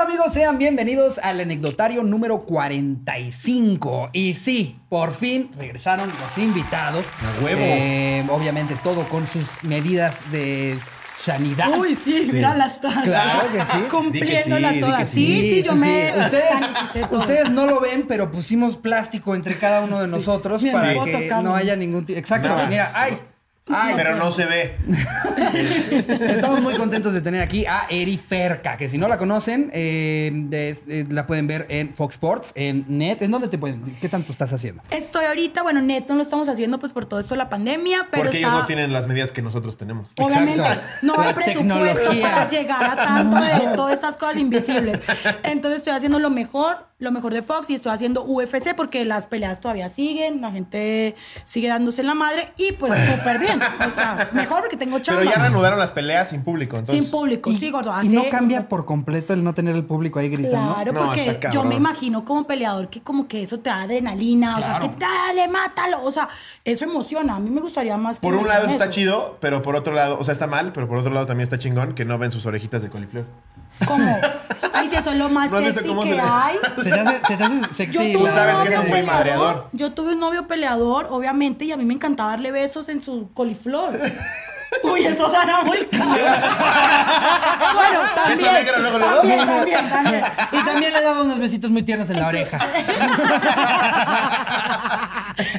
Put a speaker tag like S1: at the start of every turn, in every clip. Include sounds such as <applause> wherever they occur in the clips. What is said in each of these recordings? S1: amigos, sean bienvenidos al anecdotario número 45. Y sí, por fin regresaron los invitados.
S2: A huevo.
S1: Eh, obviamente todo con sus medidas de sanidad.
S3: Uy, sí, míralas todas.
S1: Claro que sí.
S3: Cumpliéndolas
S2: Di que sí, di que sí.
S3: todas. Sí, sí, yo me.
S1: Ustedes,
S3: saniticé todo.
S1: ustedes no lo ven, pero pusimos plástico entre cada uno de nosotros
S3: Mira,
S1: para
S3: me puedo
S1: que
S3: tocar,
S1: no
S3: ¿no?
S1: haya ningún... ti- Exacto,
S2: Nada.
S1: mira, ay,
S3: Ah,
S1: ay.
S2: Pero no se ve.
S1: Estamos muy contentos de tener aquí a Eri Ferca, que si no la conocen, eh, es- eh, la pueden ver en Fox Sports, en Net. ¿En dónde te pueden? ¿Qué tanto estás haciendo?
S3: Estoy ahorita, bueno, neto, no lo estamos haciendo pues por todo esto de la pandemia, pero
S2: Porque
S3: está.
S2: ellos no tienen las medidas que nosotros tenemos.
S3: Obviamente,
S1: Exacto.
S3: no hay
S1: La
S3: presupuesto
S1: tecnología.
S3: para llegar a tanto de todas estas cosas invisibles. Entonces estoy haciendo lo mejor, lo mejor de Fox y estoy haciendo UFC porque las peleas todavía siguen, la gente sigue dándose la madre y pues
S1: <laughs>
S3: súper bien. O sea, mejor porque tengo chamba.
S2: Pero ya reanudaron las peleas sin público, entonces.
S3: Sin público, sí, gordo.
S1: y
S3: hace-
S1: no cambia por completo el pues, no tener el público ahí gritando.
S3: Claro,
S2: No,
S3: porque
S2: está cabrón.
S3: yo me imagino como peleador que como que eso te da adrenalina, o sea,
S1: Claro.
S3: que dale, mátalo, o sea, eso emociona, a mí me gustaría más que
S2: Por
S3: me
S2: un lado
S3: dieran
S2: está
S3: eso.
S2: chido, pero por otro lado, o sea, está mal, pero por otro lado también está chingón que no ven sus orejitas de coliflor.
S3: Como, ay, si eso
S2: <laughs>
S3: es lo más
S2: ¿No has visto
S3: sexy
S2: cómo
S3: que
S2: se le- <laughs>
S3: hay.
S1: Se te hace, se te hace sexy. la-
S3: Yo tuve un
S2: Tú sabes que es un
S3: novio
S2: güey
S3: peleador,
S2: madreador.
S3: Yo tuve un novio peleador, obviamente, y a mí me encantaba darle besos en su coliflor. Uy, eso suena muy
S2: <laughs>
S3: caro. bueno, también.
S2: ¿Beso negro luego, luego?
S3: también, también, también.
S1: <laughs> Y también le daba unos besitos muy tiernos en la oreja.
S2: <laughs>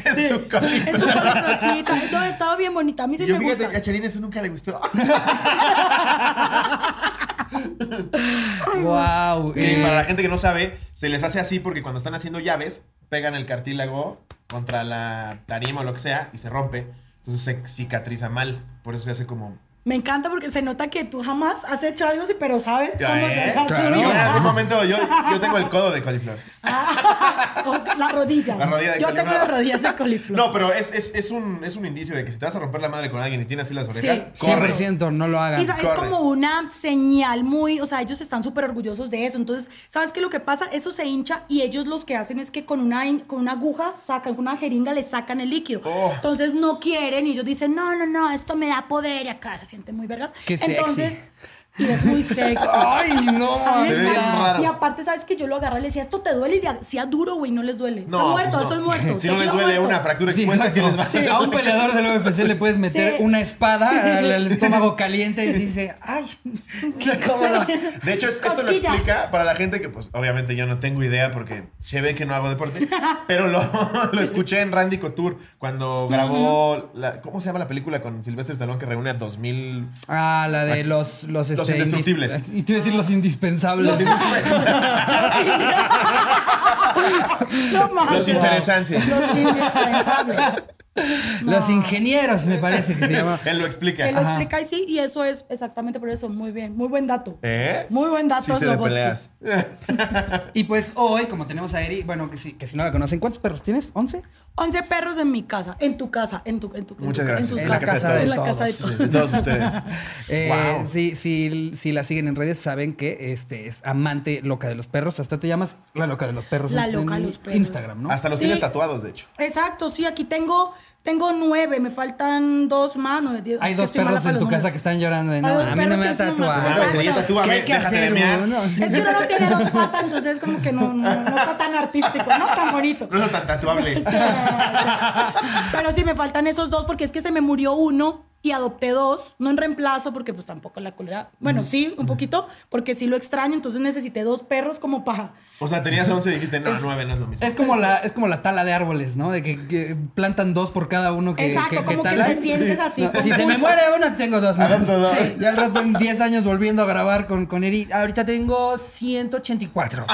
S2: en su
S3: En su coliflorcita. No, estaba bien bonita. A mí sí
S2: Yo
S3: me
S2: fíjate que
S3: gusta.
S2: a Charina eso nunca le gustó.
S1: wow.
S2: <laughs> Y para la gente que no sabe, se les hace así porque cuando están haciendo llaves, pegan el cartílago contra la tarima o lo que sea y se rompe. Entonces se cicatriza mal. Por eso se hace como.
S3: Me encanta porque se nota que tú jamás has hecho algo así, pero sabes cómo
S2: ¿Eh?
S3: se hace.
S1: claro.
S2: Yo en algún
S3: Ah,
S2: momento yo, yo tengo el codo de coliflor.
S3: <laughs> o Ah, la rodilla.
S2: La rodilla de
S3: Yo
S2: coliflor.
S3: tengo las rodillas de coliflor.
S2: No, pero es, es, es un, es un indicio de que si te vas a romper la madre con alguien y tienes así las
S3: Sí,
S2: orejas,
S3: sí,
S2: corre.
S3: sí.
S1: 100%, no lo hagan.
S3: Y sa- es
S2: corre.
S3: como una señal muy, o sea, ellos están súper orgullosos de eso. Entonces, ¿sabes qué? Lo que pasa, eso se hincha y ellos los que hacen es que con una, in- con una aguja sacan, con una jeringa le sacan el líquido.
S2: Oh.
S3: Entonces no quieren y ellos dicen, no, no, no, esto me da poder y acá se sienten muy vergas.
S1: Qué sexy.
S3: Entonces, y es muy sexy.
S2: <laughs>
S1: Ay, no
S3: A
S2: Ah,
S3: mí
S2: Se
S3: me
S2: ve bien
S3: encanta.
S2: raro.
S3: Y aparte, ¿sabes que Yo lo agarré y le decía, esto te duele y le hacía duro, güey, no les duele.
S2: No,
S3: está muerto,
S2: pues no.
S3: esto es
S2: <laughs>
S3: muerto.
S2: Si no
S3: te
S2: les
S3: quedó
S2: duele
S3: muerto.
S2: una fractura
S1: Sí,
S2: expuesta, ¿qué les va a
S1: exacto.
S2: hacer?
S1: A un peleador del UFC le puedes meter
S3: Sí.
S1: una
S3: <laughs>
S1: espada al, al estómago caliente y dice, ay, qué cómodo.
S2: De hecho, es- esto lo
S3: Cosquilla.
S2: explica para la gente que, pues, obviamente yo no tengo idea porque se ve que no hago
S3: <laughs>
S2: deporte, pero lo, <laughs> lo escuché en Randy Couture cuando grabó, la- ¿cómo se llama la película con Sylvester Stallone que reúne a 2000?
S1: Ah, la de los... Los, este, indis-
S2: indestructibles.
S1: Y tú decir los indispensables.
S3: No
S2: Los
S3: mames.
S2: interesantes. <laughs>
S3: Los indispensables.
S1: <laughs> Los ingenieros, me parece que se llama.
S2: Él lo
S3: Que lo
S2: explica.
S3: explica y sí, y eso es exactamente por eso. Muy bien, muy buen dato.
S2: ¿Eh?
S3: Muy buen dato,
S2: Sí se de
S3: Slobotsky.
S2: peleas.
S1: Y pues hoy, como tenemos a Eri, bueno, que si, que si no la conocen, ¿cuántos perros tienes? ¿11?
S3: 11 perros en mi casa, en tu casa, en tu, en tu en tu-
S2: Muchas gracias.
S3: En, sus
S1: En la
S3: casas,
S1: casa de
S3: en la
S1: todos.
S3: casa de todos.
S2: De todos ustedes.
S1: <laughs> Eh,
S2: Wow.
S1: si, si, si la siguen en redes, saben que este es amante loca de los perros. Hasta te llamas la loca de los perros.
S3: La
S1: en-
S3: loca de
S1: en
S3: los perros.
S1: Instagram, ¿no?
S2: Hasta los
S3: Sí.
S2: tienes tatuados, de hecho.
S3: Exacto, sí, aquí tengo, tengo nueve, me faltan dos más. nueve, diez.
S1: Hay
S3: Es que
S1: dos
S3: estoy mala
S1: perros
S3: para
S1: en
S3: los
S1: tu
S3: números.
S1: casa que están llorando. de,
S3: Hay
S1: No, a
S3: dos
S1: mí no
S3: perros
S1: me
S3: que
S1: va a
S3: son
S1: tatuar.
S3: mamás. Exacto.
S2: Sería tatúame,
S1: ¿Qué hay que
S2: déjate de
S1: hacer?
S2: mear.
S1: uno?
S3: Es que uno
S2: <laughs>
S3: no tiene dos patas, entonces como que no, no, no está tan artístico, no tan bonito.
S2: No es tan tatuable.
S3: <laughs> Pero sí me faltan esos dos porque es que se me murió uno y adopté dos, no en reemplazo porque pues tampoco la cólera. Bueno, sí, un poquito, porque sí lo extraño, entonces necesité dos perros como paja.
S2: O sea, tenías 11 y dijiste, no,
S1: Es-
S2: 9 no es lo mismo.
S1: Es
S3: Pues
S1: como, la, es como la tala de árboles, ¿no? De que, que plantan dos por cada uno que
S3: Exacto, como que
S1: talan.
S3: te sientes así,
S1: No,
S3: con
S1: si se me
S3: culpa.
S1: muere uno, tengo dos. más.
S2: Adopto dos.
S1: Sí. Ya al rato en 10 años volviendo a grabar con, con Eri. Ahorita tengo 184.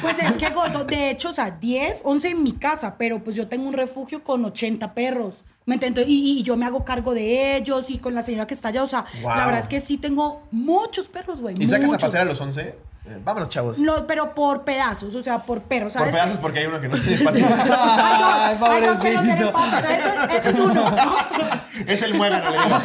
S3: Pues es que gordo, de hecho, o sea, 10, 11 en mi casa, pero pues yo tengo un refugio con 80 perros. ¿Me entiendes? Y, y yo me hago cargo de ellos y con la señora que está allá, o sea,
S2: Wow.
S3: la verdad es que sí tengo muchos perros, güey.
S2: ¿Y sacas a
S3: muchos.
S2: pasear a los 11? Eh, vámonos, chavos.
S3: No, pero por pedazos, o sea, por perros,
S2: Por
S3: ¿sabes?
S2: pedazos porque hay uno que no tiene patitas.
S3: <laughs> Hay
S1: Ay,
S3: dos, hay dos que no
S1: pobrecito.
S3: tienen patas, ese, ese es
S1: <laughs>
S3: uno. ¿no?
S2: es el mueve, no le digo.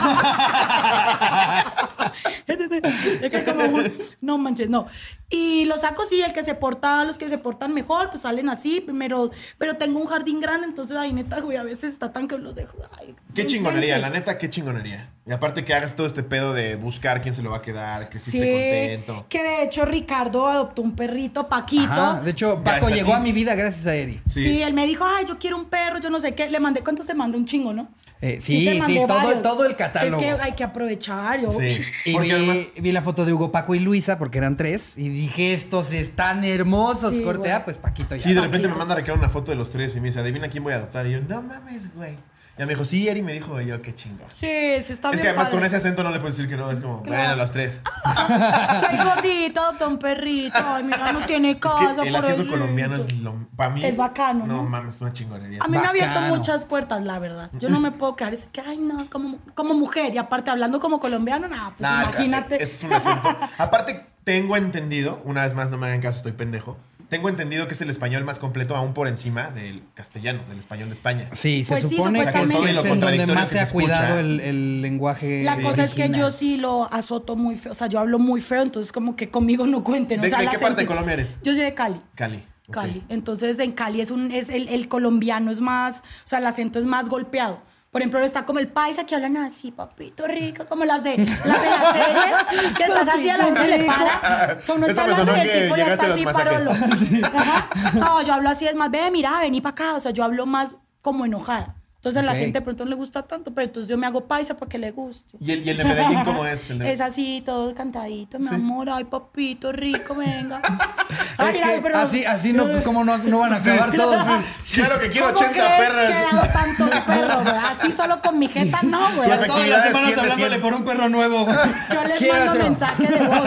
S3: Es que como un- no manches, no. Y los saco, sí, el que se porta, los que se portan mejor, pues salen así, primero, pero tengo un jardín grande, entonces ahí neta, güey, a veces está tan que los dejo. ay,
S2: Qué
S3: dense.
S2: chingonería, la neta, qué chingonería. Y aparte que hagas todo este pedo de buscar quién se lo va a quedar, que si
S3: Sí,
S2: esté contento.
S3: que de hecho Ricardo adoptó un perrito, Paquito.
S1: Ajá, De hecho, Paco
S2: Gracias a
S1: llegó
S2: ti.
S1: a mi vida gracias a Eri.
S2: Sí.
S3: Sí. él me dijo, ay, yo quiero un perro, yo no sé qué. Le mandé, ¿cuánto se manda? Un chingo, ¿no?
S1: Eh, sí,
S3: te
S1: sí,
S3: mandé
S1: todo-
S3: varios.
S1: todo el catálogo.
S3: Es que hay que aprovechar, yo.
S2: Sí.
S1: Y vi,
S2: Porque además,
S1: vi la foto de Hugo, Paco y Luisa, porque eran tres, y dije, estos están hermosos,
S3: Sí,
S1: corte
S3: güey.
S1: ah, pues Paquito ya.
S2: sí, de
S1: Ah,
S2: repente me
S3: Paquito.
S2: manda a recargar una foto de los tres y me dice, adivina quién voy a adoptar. Y yo, no mames, güey. Ya me dijo, sí, Eri me dijo, y yo, qué chingón.
S3: Sí, sí, está
S2: es
S3: bien.
S2: que además
S3: padre.
S2: con ese acento no le puedes decir que no, es como,
S3: Claro.
S2: bueno, los tres.
S3: Ay, gordito, adopta un perrito. Ay, mira, no tiene
S2: es
S3: casa.
S2: que el acento colombiano es lo. Para mí.
S3: Es bacano,
S2: No
S3: ¿no? Ah,
S2: mames, es una chingonería.
S3: A mí me ha abierto
S1: Bacano.
S3: muchas puertas, la verdad. Yo no me puedo quedar. Es que, ay, no, como, como mujer. Y aparte, hablando como colombiano, nada, pues
S2: Nah,
S3: imagínate.
S2: Es un
S3: <laughs>
S2: acento. Aparte, tengo entendido, una vez más, no me hagan caso, estoy pendejo. Tengo entendido que es el español más completo, aún por encima del castellano, del español de España.
S1: Sí, se
S3: Pues sí,
S1: supone que
S3: supuestamente.
S1: es
S2: Lo
S1: en donde
S2: contradictorio
S1: más
S2: que
S1: se
S2: se
S1: ha cuidado
S2: escucha.
S1: el, el lenguaje.
S3: La cosa es que
S1: original.
S3: yo sí lo azoto muy feo. O sea, yo hablo muy feo, entonces como que conmigo no cuenten. o
S2: ¿De,
S3: sea,
S2: de
S3: la
S2: qué parte de
S3: senti-
S2: Colombia eres?
S3: Yo soy de Cali.
S2: Cali. ok.
S3: Cali. Entonces en Cali es un, es el, el colombiano es más, o sea, el acento es más golpeado. Por ejemplo, está como el paisa que hablan así, papito rico, como las de las de las series, que estás así a la gente le para. Son no
S2: Eso
S3: está
S2: me
S3: hablando y
S2: sonó
S3: el
S2: que
S3: tipo ya
S2: llegaste
S3: está
S2: a
S3: así
S2: los masacres. <laughs>
S3: parolo. Ajá. No, yo hablo así, es más, ve, mira, vení para acá. O sea, yo hablo más como enojada. Entonces a
S1: Ok.
S3: la gente de pronto no le gusta tanto, pero entonces yo me hago paisa para que le guste.
S2: ¿Y el, y el de Medellín cómo es? El de-
S3: <laughs> Es así, todo cantadito, mi amor, ay, papito rico,
S2: <laughs>
S3: venga. Ay,
S1: Es
S3: Ah, mira,
S1: que Así, así no, como no, no van a
S3: <laughs>
S1: acabar todos.
S2: Claro que quiero
S3: ¿Cómo
S2: 80
S3: crees
S2: perras.
S3: que hago tantos perros, güey? Así solo con mi jeta, no, güey.
S2: Suerte
S1: Todas
S2: actividades
S1: las semanas
S2: 100 de 100.
S1: hablándole por un perro nuevo.
S3: Yo
S1: <laughs>
S3: les
S1: Quiero
S3: mando
S1: otro.
S3: mensaje de
S2: <laughs>
S3: voz.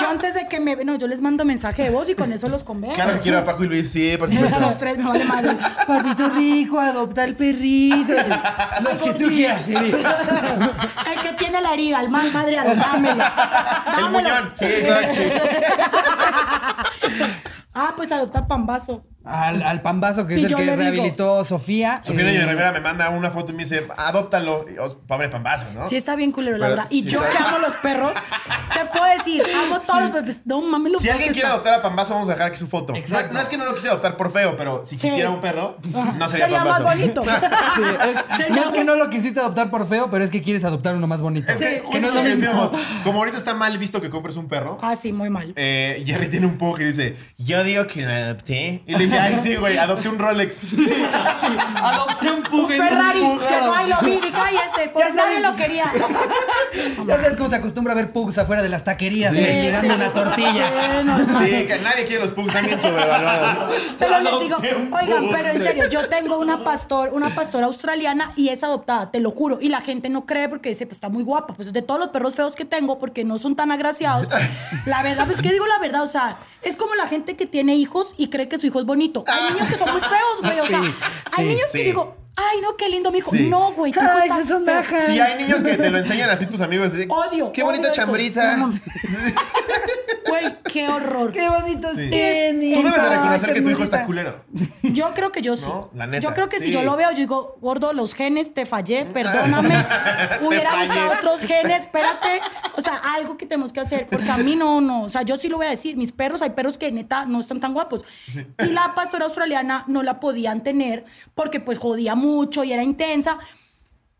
S3: Yo antes de que me... No, yo les mando mensaje de voz y con eso los
S2: <laughs>
S3: convenzo.
S2: Claro que quiero a Paco y Luis, sí, por
S3: Yo <laughs> a los
S2: supuesto.
S3: tres me vale madres.
S1: Papito rico, adopta el
S3: <laughs>
S1: perrito. Los que tú quieras, Siri.
S3: El que tiene la herida, el mal madre,
S2: <laughs>
S3: dámelo.
S2: El
S3: Dámelo.
S2: muñón. Sí, claro que sí.
S3: Ah, pues adopta pambazo.
S1: Al, al pambazo, que
S3: Sí,
S1: es el
S3: yo
S1: que
S3: le digo.
S1: rehabilitó Sofía.
S2: Sofía
S1: eh,
S2: de Rivera me manda una foto y me dice, adóptalo. Y, oh, pobre pambazo, ¿no?
S3: Sí, está bien culero, la
S2: Pero
S3: verdad. Y
S2: sí
S3: yo
S2: está-
S3: que amo los perros, te puedo decir, amo todos los bebés. No mames, los
S2: Si alguien
S3: perros
S2: quiere
S3: están-
S2: adoptar a Pambazo, vamos a dejar aquí su foto. No-
S1: Exacto.
S2: No es que no lo quise adoptar por feo, pero si
S3: Sí.
S2: quisiera un
S3: <laughs>
S2: perro, no sería,
S3: Sería más
S2: Pambazo. <laughs>
S3: bonito.
S1: sí, es-
S3: Sería
S1: no es que
S3: un-
S1: no lo quisiste adoptar por feo, pero es que quieres adoptar uno más bonito.
S2: Es que,
S3: Sí,
S2: justo
S1: no es lo
S2: que
S3: Este.
S1: mismo.
S2: decíamos, como ahorita está mal visto que compres un perro,
S3: Ah, sí, muy mal.
S2: eh, Jerry tiene un poco que dice, yo digo que lo adopté. Y le dije, ay, sí, güey, adopté un Rolex.
S1: <laughs> Adopté un pug
S3: Un
S1: en un
S3: Ferrari,
S1: pug.
S3: yo no
S1: <laughs>
S3: ahí lo vi, dije, ay, ese,
S1: Ya
S3: pues nadie
S1: sabes.
S3: lo quería.
S1: Ya sabes cómo se acostumbra a ver pugs afuera de las taquerías,
S2: Sí,
S1: güey, llegando
S3: sí.
S1: una tortilla.
S3: Sí, no, no.
S2: Sí, que nadie quiere los pugs, también sobrevaluados.
S3: Pero les digo,
S1: Adopté un
S3: oigan,
S1: pobre.
S3: pero en serio, yo tengo una pastor, una pastora australiana y es adoptada, te lo juro. Y la gente no cree porque dice, pues está muy guapa. Pues de todos los perros feos que tengo, porque no son tan agraciados. La verdad, pues que digo la verdad, o sea, es como la gente que tiene hijos y cree que su hijo es bonito. Hay niños que son muy feos, güey. O sea,
S1: Sí,
S3: hay
S1: sí,
S3: niños
S2: sí.
S3: que digo, ay, no, qué lindo mi hijo.
S2: Sí.
S3: No, güey, tu hijo
S1: Ay,
S3: está
S1: ese es un
S3: feo.
S1: naja.
S2: Sí, hay niños que te lo enseñan así tus amigos. así,
S3: Odio,
S2: Qué
S3: odio
S2: bonita
S3: eso.
S2: chambrita.
S3: No mames. Güey, <laughs> qué horror.
S1: Qué bonitos
S2: Sí.
S1: tenis.
S2: Tú debes de
S1: Ay,
S2: reconocer que tu
S1: ternurita.
S2: hijo está culero.
S3: Yo creo que yo sí.
S2: No, la neta,
S3: yo creo que
S2: sí.
S3: si yo lo veo, yo digo, gordo, los genes,
S2: <laughs>
S3: te fallé, perdóname. Hubiera
S2: Te fallé.
S3: buscado otros genes, espérate. O sea, algo que tenemos que hacer, porque a mí no, no. O sea, yo sí lo voy a decir. Mis perros, hay perros que neta no están tan guapos. Y la pastora australiana no la podían tener porque pues jodía mucho y era intensa.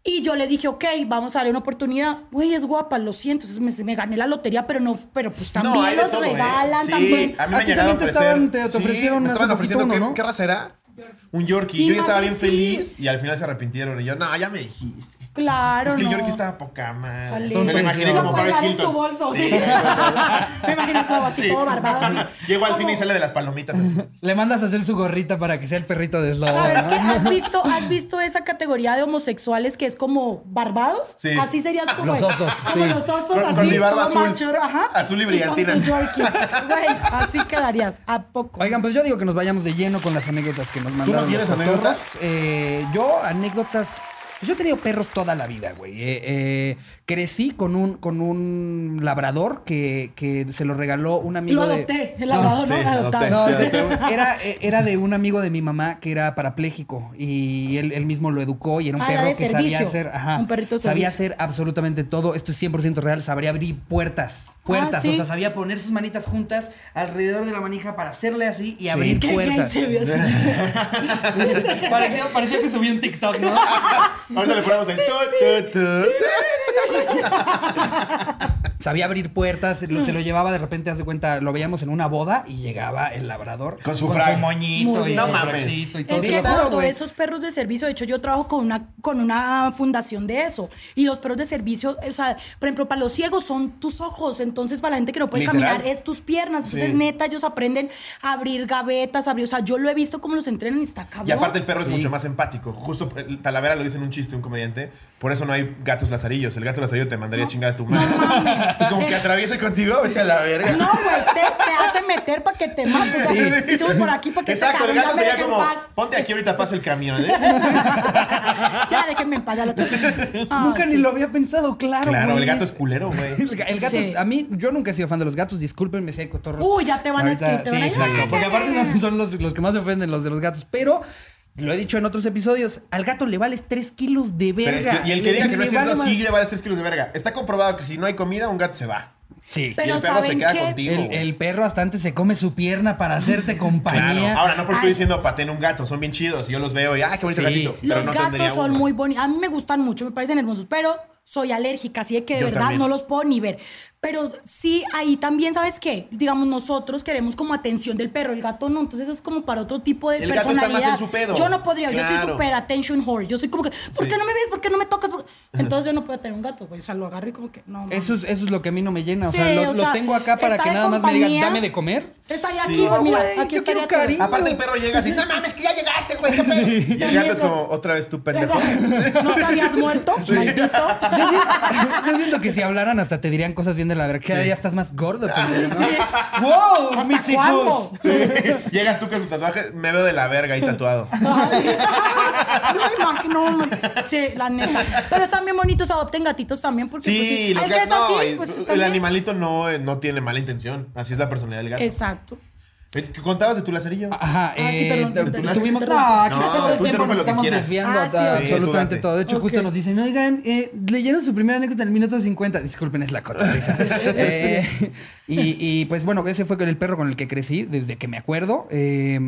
S3: Y yo le dije, ok, vamos a darle una oportunidad. Güey, es guapa, lo siento. Entonces me, me gané la lotería, pero no, pero pues también
S2: hay de
S3: los
S2: todo, ¿eh?
S3: regalan,
S2: Sí,
S3: también.
S2: A mí
S1: A
S2: me
S1: ti
S2: han llegado a
S1: también te
S2: ofrecer.
S1: estaban- te ofrecieron
S2: me
S1: hace
S2: estaban
S1: poquito
S2: ofreciendo,
S1: uno,
S2: ¿qué,
S1: ¿no?
S2: ¿qué raza era? Un Yorkie. Yo ya estaba bien
S3: Imagínate,
S2: feliz y al final se arrepintieron. Y yo, no, ya me dijiste.
S3: Claro,
S2: es que el
S3: no.
S2: Yorkie estaba poca madre.
S3: Son
S2: Me lo imaginé
S1: preciosos.
S2: como
S1: Lo
S2: Paris
S3: cuelgan en
S2: Hilton.
S3: tu bolso,
S2: <laughs> güey,
S3: sí.
S2: güey,
S3: Me imagino el fuego así,
S2: sí.
S3: todo barbado. así.
S2: Llego al
S3: Como-
S2: cine y sale de las palomitas. así.
S1: Le mandas a hacer su gorrita para que sea el perrito de Slobo.
S3: ¿Sabes
S1: ¿no?
S3: qué? ¿Has visto, ¿Has visto esa categoría de homosexuales que es como barbados?
S2: Sí.
S3: Así serías tú,
S1: Los
S3: güey.
S1: osos,
S3: Como
S1: sí.
S3: los osos,
S2: Con-
S3: así,
S2: con mi barba
S3: todo
S2: azul.
S3: macho, ajá.
S2: Azul y brillantina.
S3: Y con tu Yorkie. Güey, así quedarías. ¿A poco?
S1: Oigan, pues yo digo que nos vayamos de lleno con las anécdotas que nos mandaron.
S2: no tienes
S1: los cotorros.
S2: anécdotas?
S1: Eh, yo, anécdotas. pues yo he tenido perros toda la vida, güey. Eh, eh, Crecí con un, con un labrador que, que se lo regaló un amigo.
S3: Lo
S1: de-
S3: adopté, el
S1: No,
S3: abogado no,
S2: sí,
S3: adoptado.
S1: no,
S2: <laughs> Sí,
S3: <laughs>
S1: es que
S2: adopté
S1: era, eh, era de un amigo de mi mamá que era parapléjico y él, él mismo lo educó y era un
S3: Ah, era
S1: perro
S3: de
S1: que sabía
S3: servicio.
S1: hacer, ajá,
S3: Un perrito de
S1: sabía
S3: servicio.
S1: hacer absolutamente todo. Esto es 100% real, sabría abrir puertas, puertas,
S3: Ah, sí.
S1: o sea, sabía poner sus manitas juntas alrededor de la manija para hacerle así y abrir
S3: Que- que ahí
S1: puertas.
S3: se vio así.
S1: <laughs> Parecía, parecía que subí un TikTok, ¿no?
S2: Ahorita le ponemos el tu, tu, tu.
S1: Sabía abrir puertas, lo- se lo llevaba de repente, haz de cuenta, lo veíamos en una boda y llegaba el labrador
S2: Con su frag.
S3: Muy
S1: moñito y
S3: bien.
S2: No
S1: su
S2: mames.
S1: fragcito y todo.
S3: Es
S1: Te
S3: que
S1: lo juro,
S3: cuando
S1: güey.
S3: esos perros de servicio, de hecho yo trabajo con una, con una fundación de eso, y los perros de servicio, o sea, por ejemplo, para los ciegos son tus ojos, entonces para la gente que no puede
S2: Literal.
S3: caminar es tus piernas, entonces
S2: Sí.
S3: neta ellos aprenden a abrir gavetas, abrir, o sea, yo lo he visto como los entrenan y está cabrón.
S2: Y aparte el perro
S1: Sí.
S2: es mucho más empático. Justo eh, Talavera lo dice en un chiste, un comediante. Por eso no hay gatos lazarillos. El gato lazarillo te mandaría a chingar a tu madre. es como que atraviesa contigo, vete a la verga.
S3: No, güey, te, te hace meter para que te mates. o sea, Y sube por aquí para que
S2: Exacto,
S3: te
S2: el
S3: cabrón,
S2: gato
S3: ya me
S2: sería
S3: dejen
S2: como,
S3: en paz.
S2: ponte aquí ahorita pasa el camión, ¿eh?
S3: Ya déjenme en paz <laughs> a la chica. Ah,
S1: Nunca ni
S3: sí.
S1: lo había pensado, claro.
S2: Claro, el
S1: güey.
S2: gato es culero,
S3: <laughs>
S2: güey.
S1: El, ga- el gato
S3: Sí.
S1: es- a mí, yo nunca he sido fan de los gatos, discúlpenme si hay cotorros.
S3: Uy, ya te van a
S1: Ahorita-
S3: escribir, te
S1: Sí,
S3: van a-
S1: exacto, porque aparte son, son los, los que más se ofenden, los de los gatos, pero... Lo he dicho en otros episodios, al gato le vales 3 kilos de
S2: Pero
S1: verga.
S2: es que- y el que diga que no
S1: le
S2: es cierto,
S1: vale más-
S2: sí le vale 3 kilos de verga. Está comprobado que si no hay comida, un gato se va.
S1: Sí.
S3: Pero
S2: y el perro se
S3: ¿saben
S2: queda
S3: qué?
S2: contigo.
S1: El,
S2: güey.
S1: el perro hasta antes se come su pierna para
S2: <laughs>
S1: hacerte
S2: Claro.
S1: compañía.
S2: Ahora, no por estoy
S3: Ay.
S2: diciendo paten un gato, son bien chidos. Y yo los veo y, ah, qué bonito
S1: Sí.
S2: gatito. Pero
S3: los
S2: no tendría
S3: gatos son
S2: uno.
S3: muy bonitos. A mí me gustan mucho, me parecen hermosos, pero soy alérgica, así de que de
S2: Yo
S3: verdad
S2: también.
S3: no los puedo ni ver. Pero sí, ahí también, ¿sabes qué? Digamos, nosotros queremos como atención del perro, el gato no, entonces eso es como para otro tipo de
S2: El gato está
S3: personalidad.
S2: más en su pedo.
S3: Yo no podría, yo soy
S2: Claro.
S3: súper attention whore. Yo soy como que, ¿por
S2: Sí.
S3: qué no me ves? ¿Por qué no me tocas?
S2: <laughs>
S3: ¿Por- Entonces yo no puedo tener un gato, güey. O sea, lo agarro y como que no. mames.
S1: Eso es, eso es lo que a mí no me llena. O
S3: Sí,
S1: sea, lo, lo
S3: o sea,
S1: tengo acá para
S3: está
S1: que
S3: de
S1: nada más me digan,
S3: compañía.
S1: dame de comer.
S3: Estaría
S2: Sí.
S3: aquí, güey, mira,
S1: Güey,
S3: aquí
S1: yo quiero
S3: estaría todo.
S1: cariño.
S3: <laughs>
S2: Aparte el perro llega así, no mames, que ya llegaste, güey, qué pedo. Y el gato es como, otra vez tú, <laughs> pendejo.
S3: Exacto. No te habías muerto, maldito.
S1: Yo siento, <laughs> yo siento que si hablaran hasta te dirían cosas bien de la verga. Cada día estás más gordo, pendejo, ¿no? ¡Wow!
S3: ¿Hasta
S1: Mitzi
S3: cuándo?
S1: Fuss.
S2: Llegas tú con tu tatuaje, me veo de la verga y tatuado.
S3: <laughs> no imagino, hombre. sí, la neta. Pero están bien bonitos, adopten gatitos también, porque pues,
S2: Sí,
S3: sí,
S2: los
S3: al que
S2: gatos-
S3: es
S2: no,
S3: así,
S2: el-
S3: pues está
S2: el
S3: bien.
S2: animalito no, eh, no tiene mala intención. Así es la personalidad del gato.
S3: Exacto.
S2: Eh, ¿Qué contabas de tu lazarillo?
S1: Ajá,
S3: Ah, sí,
S1: eh,
S3: perdón,
S1: tu-
S3: perdón,
S1: tuvimos.
S3: perdón.
S1: No, aquí
S2: No,
S1: todo el
S2: tú
S1: tiempo nos
S2: interrumpe lo que
S1: estamos
S2: quieras.
S1: desviando
S3: Ah, sí,
S1: a-
S3: ok.
S1: absolutamente
S2: Sí, tú date.
S1: todo. De hecho,
S3: Ok.
S1: justo nos dicen, oigan, eh, leyeron su primera anécdota en el minuto 50. Disculpen, es la
S3: <laughs>
S1: cotorriza. Eh, y, y, pues bueno, ese fue el perro con el que crecí desde que me acuerdo. Eh,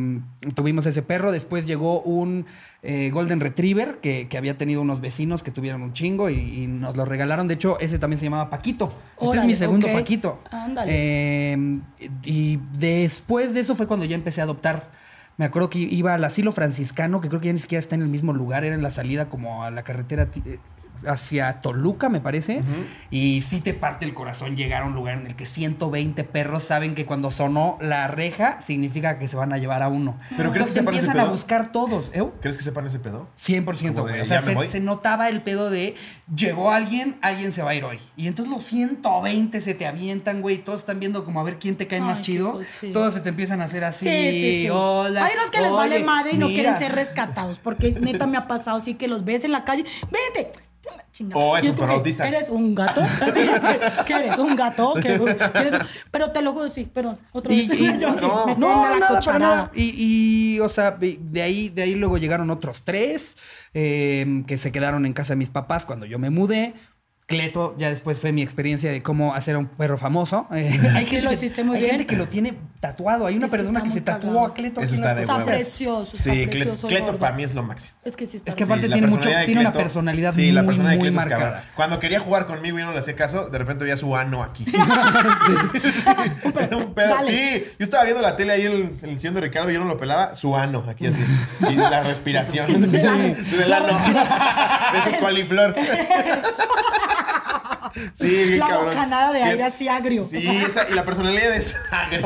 S1: tuvimos ese perro. Después llegó un eh, Golden Retriever que, que había tenido unos vecinos que tuvieron un chingo y, y nos lo regalaron. De hecho, ese también se llamaba Paquito. este es
S3: Órale,
S1: mi segundo
S3: ok.
S1: Paquito.
S3: Ándale.
S1: Eh, eh, y después de eso fue cuando ya empecé a adoptar. Me acuerdo que iba al asilo franciscano, que creo que ya ni siquiera está en el mismo lugar, era en la salida como a la carretera ti- eh, hacia Toluca, me parece. Y sí te parte el corazón llegar a un lugar en el que 120 perros saben que cuando sonó la reja significa que se van a llevar a uno.
S2: ¿Pero crees que
S1: Entonces
S2: se parece
S1: empiezan
S2: el
S1: a
S2: pedo?
S1: buscar todos, ¿eh?
S2: ¿Crees que sepan ese pedo?
S1: 100%,
S2: Como de,
S1: güey. O sea,
S2: ya me
S1: se,
S2: voy.
S1: se notaba el pedo de llegó alguien, alguien se va a ir hoy. Y entonces los 120 se te avientan, güey. Todos están viendo como a ver quién te cae
S3: Ay,
S1: más
S3: qué
S1: chido.
S3: cosita.
S1: Todos se te empiezan a hacer así.
S3: Sí, sí, sí.
S1: Hola.
S3: Hay unos que les vale
S1: oye,
S3: madre y no
S1: mira.
S3: quieren ser rescatados, porque neta me ha pasado así que los ves en la calle, vete. chingada".
S2: Oh, es
S3: Y
S2: un
S3: como
S2: perro
S3: que,
S2: autista.
S3: ¿Eres un gato? <laughs> Sí, ¿Qué eres? ¿Un gato? ¿Qué- qué eres? Pero te lo juro, sí, perdón. Otra
S1: Y-
S3: vez.
S1: y-
S3: <laughs> Yo aquí,
S2: no,
S3: metiendo
S1: No,
S3: la
S1: nada, para
S3: cucharada.
S1: nada. Y, y, o sea, y de ahí, de ahí luego llegaron otros tres eh, que se quedaron en casa de mis papás cuando yo me mudé. Cleto, ya después fue mi experiencia de cómo hacer a un perro
S3: <laughs>
S1: famoso. Eh, hay
S3: Que lo hiciste muy
S1: hay
S3: bien.
S1: gente que lo tiene tatuado. Hay una
S3: Es que
S1: persona
S3: está
S1: que
S3: muy
S1: se tatuó
S3: cagado.
S1: a Cleto. aquí
S2: Eso
S1: en
S2: está
S1: las
S2: de
S3: Está
S2: huevos.
S1: costillas.
S3: precioso, está
S2: Sí, Cle-
S3: precioso.
S2: Cleto
S3: gordo.
S2: para mí es lo máximo.
S3: Es que sí está
S1: Es que
S3: precioso.
S1: aparte
S2: la
S1: tiene mucho-
S2: personalidad de
S1: tiene una
S2: Cleto-
S1: personalidad
S2: sí, la
S1: muy,
S2: personalidad
S1: muy
S2: de Cleto es cabrón.
S1: marcada.
S2: Cuando quería jugar conmigo y yo no le hacía caso, de repente veía su ano <laughs> aquí. Era un pedo.
S3: Dale.
S2: Sí, yo estaba viendo la tele ahí en el, en el sillón de Ricardo y yo no lo pelaba, su ano aquí <laughs> así. Y la <laughs> respiración del ano. Del ano. De su <laughs> coliflor. Sí, bien
S3: La
S2: cabrón.
S3: bocanada de
S2: Qué-
S3: aire así agrio.
S2: Sí, esa- y la personalidad de <laughs> sangre.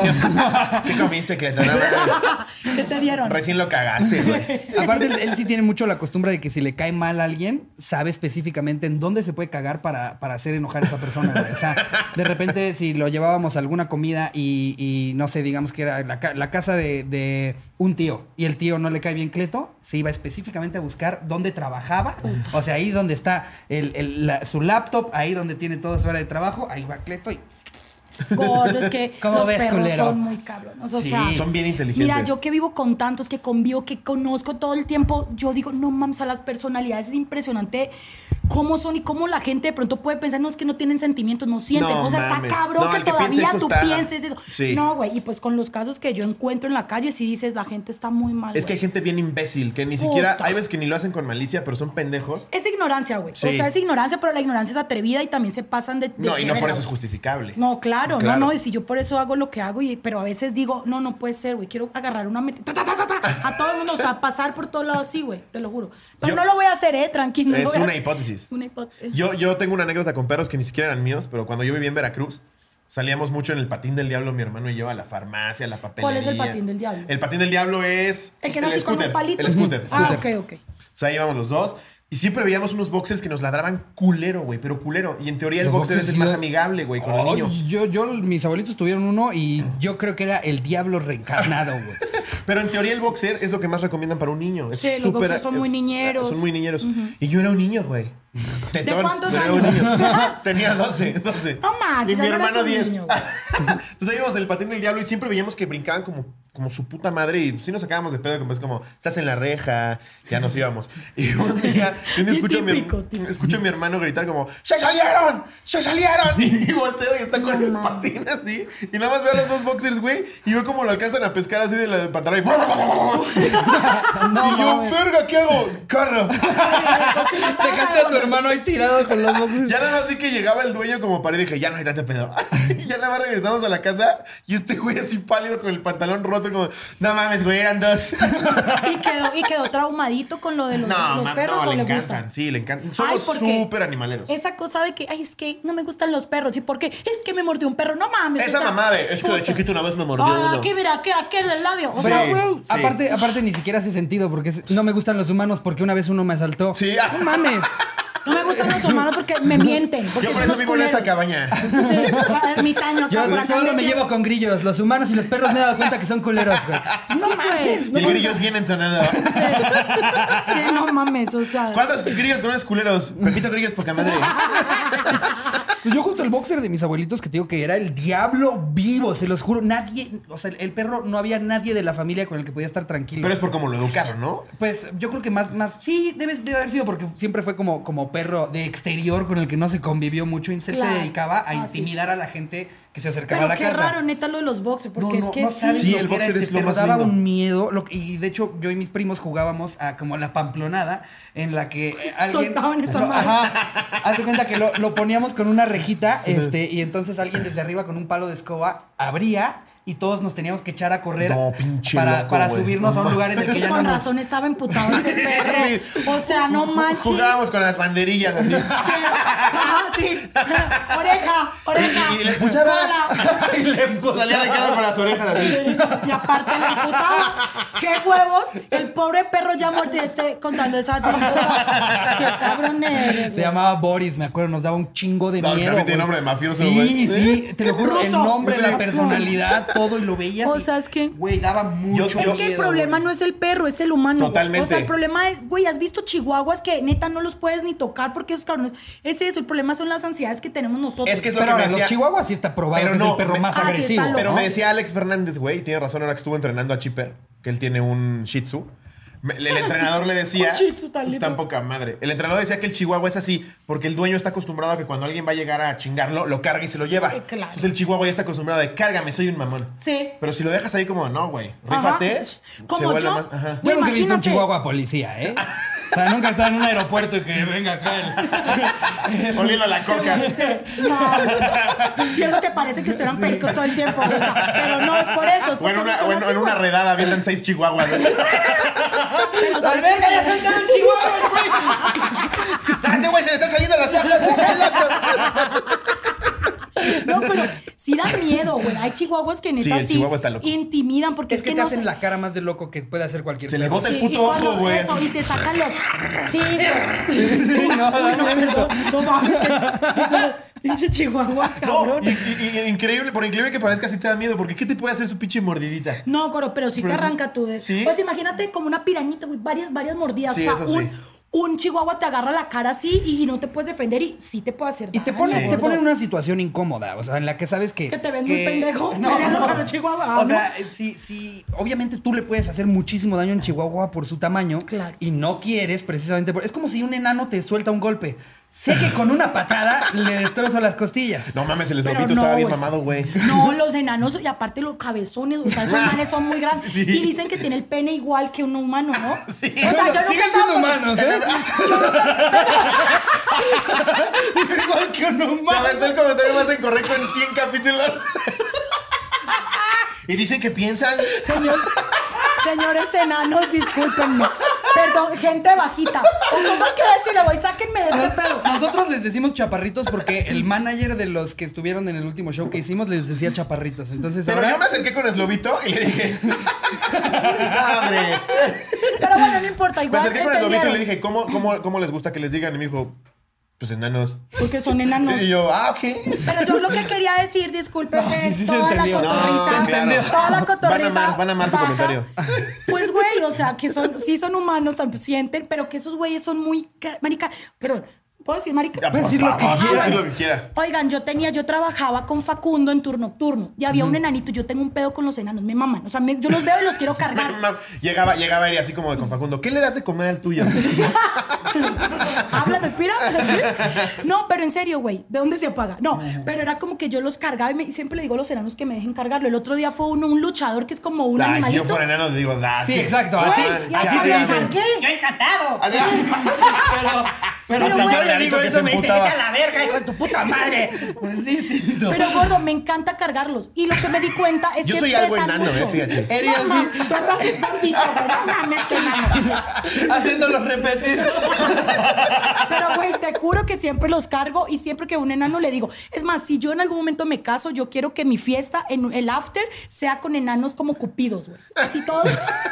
S2: ¿Qué comiste, Cleto? No, no,
S3: ¿Qué te
S2: no.
S3: dieron?
S2: Recién lo cagaste, güey.
S1: Aparte, él, él sí tiene mucho la costumbre de que si le cae mal a alguien, sabe específicamente en dónde se puede cagar para, para hacer enojar a esa persona. güey. O sea, de repente, si lo llevábamos a alguna comida y, y no sé, digamos que era la, ca- la casa de, de un tío y el tío no le cae bien Cleto, se iba específicamente a buscar dónde trabajaba. O sea, ahí donde está el- el- la- su laptop, ahí donde tiene toda su hora de trabajo, ahí va Cleto y
S3: Gordo, es que
S1: <laughs> ¿Cómo
S3: los
S1: ves,
S3: perros
S1: culero?
S3: son muy cabrones. O
S1: Sí,
S3: sea,
S2: Son bien inteligentes.
S3: Mira, yo que vivo con tantos, que convivo, que conozco todo el tiempo, yo digo, no mames, a las personalidades es impresionante cómo son y cómo la gente de pronto puede pensar, no es que no tienen sentimientos, no sienten.
S2: No
S3: o sea,
S2: mames.
S3: está cabrón
S2: No,
S3: que
S2: el que piense
S3: todavía
S2: eso
S3: tú
S2: está-
S3: pienses eso.
S2: Sí.
S3: No, güey, y pues con los casos que yo encuentro en la calle, si dices, la gente está muy mal.
S2: Es que hay
S3: güey.
S2: gente bien imbécil que ni siquiera.
S3: Puta.
S2: Hay veces que ni lo hacen con malicia, pero son pendejos.
S3: Es ignorancia, güey.
S2: Sí.
S3: O sea, es ignorancia, pero la ignorancia es atrevida y también se pasan de. de-
S2: No, y
S3: de
S2: no por
S3: verga,
S2: eso es
S3: güey.
S2: justificable.
S3: No, claro,
S2: Claro.
S3: no, no, y si yo por eso hago lo que hago, y, pero a veces digo, no, no puede ser, güey, quiero agarrar una meta, ta, ta, ta, ta, ta, a todo el mundo,
S2: <laughs>
S3: o sea, pasar por todos lados así, güey, te lo juro. Pero
S2: Yo-
S3: no lo voy a hacer, eh, tranquilo. no lo
S2: Es
S3: voy a
S2: una
S3: hacer.
S2: hipótesis.
S3: Una eh, hipótesis.
S2: Yo, yo tengo una anécdota con perros que ni siquiera eran míos, pero cuando yo vivía en Veracruz, salíamos mucho en el patín del diablo, mi hermano y yo, a la farmacia, a la papelería.
S3: ¿Cuál es el patín del diablo?
S2: El patín del diablo es
S3: el que era así con un palito.
S2: El scooter.
S3: Ah, ok,
S2: scooter.
S3: ok.
S2: O sea, íbamos los dos. Y siempre veíamos unos boxers que nos ladraban culero, güey, pero culero. Y en teoría el
S1: Los
S2: boxer es
S1: boxers
S2: el
S1: sí
S2: más
S1: da-
S2: amigable, güey, con
S1: Oh,
S2: el niño.
S1: Yo, yo, mis abuelitos tuvieron uno y yo creo que era el diablo reencarnado, güey.
S2: Pero en teoría el boxer es lo que más recomiendan para un niño. Es
S3: Sí, los
S2: súper-
S3: boxers son muy niñeros.
S2: Son muy niñeros. Y yo era un niño, güey. Tetón,
S3: cuántos
S2: pero era un
S3: <laughs> años?
S2: niño. Tenía 12, 12.
S3: No manches,
S2: Y mi
S3: ya no eras
S2: hermano
S3: un
S2: 10.
S3: niño, güey.
S2: <laughs> Entonces íbamos en el patín del diablo y siempre veíamos que brincaban como, como su puta madre y sí nos sacábamos de pedo, como es como, estás en la reja, ya nos íbamos. Y un día, un día
S3: <laughs> Y
S2: escucho, a mi,
S3: típico, típico.
S2: escucho a mi hermano gritar como, ¡se salieron! ¡se
S3: <laughs>
S2: salieron! Y volteo y está con
S3: No
S2: el
S3: mames.
S2: patín así. Y nada más veo a los dos boxers, güey, y veo como lo alcanzan a pescar así de la pantalón y...
S3: <laughs>
S2: y yo,
S1: mames.
S2: verga, ¿qué hago? Carro.
S1: Dejaste a tu hermano ahí tirado con los boxers. <laughs>
S2: Ya nada más vi que llegaba el dueño como para y dije, ya no hay tanto pedo. <laughs> y ya nada más regresamos a la casa y este güey así pálido con el pantalón roto, como, no mames, güey, eran dos.
S3: Y quedó, y quedó traumadito con lo de <laughs>
S2: <laughs>
S3: los,
S2: no,
S3: los
S2: mam,
S3: perros,
S2: no,
S3: ¿o
S2: le
S3: le
S2: encantan,
S3: gustan?
S2: sí, le encantan.
S3: Ay,
S2: Somos
S3: ¿por qué?
S2: súper animaleros.
S3: Esa cosa de que, ay, es que no me gustan los perros. ¿Y por qué? Es que me mordió un perro. No mames.
S2: Esa
S3: o sea,
S2: mamá de, es que de
S3: puta.
S2: chiquito una vez me mordió
S3: Ah,
S2: uno.
S3: que mira, que aquel el labio. O
S2: Sí.
S3: sea, güey.
S2: Sí.
S1: Aparte, aparte ni siquiera hace sentido porque es- no me gustan los humanos porque una vez uno me asaltó.
S2: Sí.
S1: No mames.
S3: No me gustan los humanos porque me mienten. Porque
S2: Yo por
S3: son
S2: eso
S3: los
S2: vivo en esta
S3: culeros.
S2: cabaña.
S3: Sí, a- ermitaño, acá,
S1: Yo
S3: por acá,
S1: solo me
S3: decía-
S1: llevo con grillos. Los humanos y los perros me he dado cuenta que son culeros, güey.
S3: Sí, güey.
S2: Y el
S3: No,
S2: grillo es bien entonado.
S1: "Ah,
S3: sí, no mames, o sea.
S2: ¿Cuántos grillos conoces culeros? Pepito Grillos poca madre.
S1: <laughs> Pues yo justo el boxer de mis abuelitos que te digo que era el diablo vivo, se los juro. Nadie, o sea, el, el perro, no había nadie de la familia con el que podía estar tranquilo.
S2: Pero es por cómo lo educaron, ¿no?
S1: Pues yo creo que más, más, sí, debe, debe haber sido porque siempre fue como, como perro de exterior con el que no se convivió mucho. Incel
S3: Claro.
S1: se dedicaba a
S3: Ah, sí.
S1: intimidar a la gente que se acercaba
S3: Pero
S1: a la
S3: qué
S1: casa.
S3: raro, neta, lo de los boxers, porque
S1: no,
S3: es que
S1: no
S3: sí.
S1: sabes
S2: Sí,
S1: lo
S2: el
S1: que era este,
S2: boxer es lo
S1: pero
S2: más
S1: daba
S2: lindo.
S1: un miedo. lo que- y de hecho, yo y mis primos jugábamos a como la pamplonada, en la que eh, alguien.
S3: Soltaban esa
S1: lo-
S3: madre.
S1: ajá. Haz de cuenta que lo, lo poníamos con una rejita, este, y entonces alguien desde arriba con un palo de escoba abría. Y todos nos teníamos que echar a correr
S2: No, pinche
S1: para,
S2: loco,
S1: para
S2: güey.
S1: subirnos a un lugar en el que
S3: Pues
S1: ya no
S3: con
S1: nos-
S3: razón estaba
S1: <laughs>
S3: emputado ese perro. O sea, no manches.
S2: Jugábamos con las banderillas
S3: <laughs>
S2: así.
S3: Sí. Ah, sí. <laughs> Oreja, oreja.
S2: Y- y le
S1: <laughs>
S2: emputaba.
S3: cola.
S1: Y le
S2: Salía Ricardo con las orejas así.
S3: Sí, Y aparte la emputaba. ¡Qué huevos! El pobre perro ya muerto y este contando esa tortura. ¡Qué
S1: <laughs>
S3: cabrón eres!
S1: Se llamaba Boris, me acuerdo, nos daba un chingo de
S2: No,
S1: miedo.
S2: también
S1: güey.
S2: tiene nombre de mafioso,
S1: Sí,
S2: güey. ¿Eh?
S1: sí, te lo juro, el
S3: Ruso.
S1: nombre,
S2: Sí.
S1: la
S2: <laughs>
S1: personalidad, todo, y lo veías.
S3: O
S1: y,
S3: sea, es que-
S1: Güey, daba mucho
S2: Yo-
S1: miedo,
S3: Es que el problema
S1: güey.
S3: no es el perro, es el humano. güey.
S2: Totalmente.
S3: O sea, el problema es, güey, ¿has visto chihuahuas que neta no los puedes ni tocar porque esos cabrones... Es eso, el problema son las ansiedades que tenemos nosotros.
S2: Es que es lo
S1: Pero
S2: que me
S1: ahora,
S2: decía.
S1: los chihuahuas sí está probado
S2: Pero
S1: que es
S2: no,
S1: el perro
S2: me-
S1: más
S3: Ah, sí, está
S1: agresivo.
S3: loco.
S2: Pero
S1: ¿no?
S2: me decía Alex Fernández, güey, y tiene razón ahora que estuvo entrenando a Chipper, que él tiene un Shih Tzu. Me- El entrenador le decía.
S3: <laughs> Un Shih Tzu tan
S2: Está
S3: lindo.
S2: poca madre. El entrenador decía que el Chihuahua es así, porque el dueño está acostumbrado a que cuando alguien va a llegar a chingarlo, lo carga y se lo lleva.
S3: Eh, claro.
S2: Entonces el Chihuahua ya está acostumbrado de cárgame, soy un mamón.
S3: Sí.
S2: Pero si lo dejas ahí como, no, güey,
S3: Ajá. Pues,
S2: rífate. se
S3: Como
S2: vuelve
S3: yo.
S2: más- ajá.
S1: Yo
S3: Güey,
S1: nunca he visto un
S3: imagínate.
S1: chihuahua policía, ¿eh? O sea, nunca está en un aeropuerto y que venga acá el...
S2: Oliendo la coca.
S3: No. Y eso te parece que estuvieran pericos todo el tiempo. o sea, pero no es por eso. es
S2: O en
S3: porque
S2: una,
S3: no son
S2: o en-
S3: así,
S2: en una
S3: güey.
S2: redada avientan seis chihuahuas.
S3: Pero, ¿sabes
S1: ¡Alberga,
S3: qué?
S1: ya soltaron chihuahuas, güey!
S2: ¡Ah, <laughs> ese güey se le están saliendo las alas!
S3: No, pero sí da miedo, güey. Hay chihuahuas que neta
S2: Sí,
S3: sí,
S2: el chihuahua está loco.
S3: intimidan porque es,
S1: Es que te
S3: no
S1: hacen
S3: sé-
S1: la cara más de loco que puede hacer cualquier
S2: Se le
S1: perro.
S2: bota el
S3: Sí, y
S2: puto
S3: cuando
S2: ojo, güey.
S3: eso, Y
S1: <laughs>
S3: te sacan los. Sí, güey.
S1: Sí, no,
S3: Uy, no,
S1: no, no.
S3: perdón. No mames. que- eso- Pinche Chihuahua,
S2: No,
S3: <laughs> cabrón.
S2: y, y- y- increíble, por increíble que parezca, sí te da miedo, porque ¿qué te puede hacer su pinche mordidita?
S3: No, Coro, pero sí
S2: Pero
S3: te
S2: sí-
S3: arranca tu de.
S2: ¿Sí?
S3: Pues imagínate como una pirañita, güey, varias, varias mordidas.
S2: Sí,
S3: o
S2: eso
S3: sea,
S2: sí.
S3: un, un chihuahua te agarra la cara así y, y no te puedes defender y sí te puede hacer
S1: Y te
S3: daño,
S1: pone,
S2: Sí.
S1: te
S3: gordo.
S1: pone en una situación incómoda, o sea, en la que sabes que.
S3: Que te ven
S1: <laughs>
S3: muy pendejo, peleando con un chihuahua,
S1: O
S3: ¿no?
S1: sea, sí, sí. Obviamente tú le puedes hacer muchísimo daño en Chihuahua por su tamaño.
S3: Claro.
S1: Y no quieres precisamente. por- Es como si un enano te suelta un golpe. Sé que con una patada le destrozo las costillas.
S2: No mames, el
S3: Pero
S2: esorbito
S3: no,
S2: estaba bien
S3: güey.
S2: mamado, güey.
S3: No, los enanos y aparte los cabezones, o sea, esos manes son muy
S2: <laughs>
S3: grandes.
S2: Sí.
S3: Y dicen que tiene el pene igual que un humano, ¿no?
S2: <laughs> Sí.
S3: O sea,
S1: Bueno,
S3: yo nunca
S1: siguen
S3: estaba
S1: siendo
S3: con-
S1: humanos, ¿eh? <laughs> Igual que un
S2: Se
S1: humano.
S2: aventó el comentario más incorrecto en 100 capítulos. <laughs> y dicen que piensan.
S3: Señor, señores enanos, discúlpenme. Perdón, gente bajita. ¿O ¿Cómo es que decirle, voy? Sáquenme de este pedo.
S1: Nosotros les decimos chaparritos porque el manager de los que estuvieron en el último show que hicimos les decía chaparritos. Entonces
S2: Pero
S1: ahora.
S2: yo me acerqué con Eslobito y le dije. <laughs> "No, hombre".
S3: Pero bueno, no importa,
S2: Me
S3: igual
S2: acerqué con Eslobito y le
S3: entendieron.
S2: dije, ¿cómo, cómo, ¿cómo les gusta que les digan? Y me dijo, pues enanos.
S3: Porque son enanos.
S2: Y yo, ah, ok.
S3: Pero yo lo que quería decir, discúlpenme,
S1: No, sí, sí se
S3: toda la
S1: entendió. No,
S3: cotorriza.
S1: se entendió.
S3: Toda la cotorriza.
S2: Van a amar- van a amar tu
S3: baja.
S2: comentario.
S3: Pues, güey, o sea, que son, sí son humanos, también sienten, pero que esos güeyes son muy. ca- Marica, perdón, ¿puedo decir, marica?
S2: Ya, por
S1: decir lo que
S2: favor, puedes
S1: quieras.
S2: decir lo que quieras.
S3: Oigan, yo tenía, yo trabajaba con Facundo en turno nocturno y había un enanito. Yo tengo un pedo con los enanos, me maman. O sea, me- yo los veo y los quiero cargar.
S2: <laughs> Ma- Llegaba, llegaba Eri así como de con Facundo. ¿Qué le das de comer al tuyo?
S3: Habla, respira.
S2: <laughs>
S3: No, pero en serio, güey, ¿de dónde se apaga? No, pero era como que yo los cargaba y, me- y siempre le digo a los enanos que me dejen cargarlo. El otro día fue uno, un luchador que es como un
S2: Ay, si yo
S3: animalito.
S2: fuera enano, le digo, da.
S1: Sí, exacto, a ti-
S3: Güey, y
S1: Ah,
S3: así
S1: ya,
S3: me
S1: ya, ya.
S3: cargué.
S2: Así- ah,
S1: Pero, pero
S2: Hasta
S1: si
S2: yo
S1: yo le
S2: clarito
S1: digo
S2: que
S1: eso,
S2: se
S1: me dice,
S2: emputaba.
S1: vete a la verga, hijo de tu puta madre. Es distinto.
S3: Pero gordo, me encanta cargarlos. Y lo que me di cuenta es
S2: Yo
S3: que
S2: soy
S3: pesan
S2: algo enano, eh,
S3: mucho.
S2: fíjate.
S1: Eri
S3: No,
S1: así.
S3: mam, tú estás espantito, no mames, qué enano.
S1: Haciéndolos repetir.
S3: Pero, güey, te juro que siempre los cargo y siempre que un enano le digo. Es más, si yo en algún momento me caso, yo quiero que mi fiesta, en el after, sea con enanos como cupidos, güey. Así todos.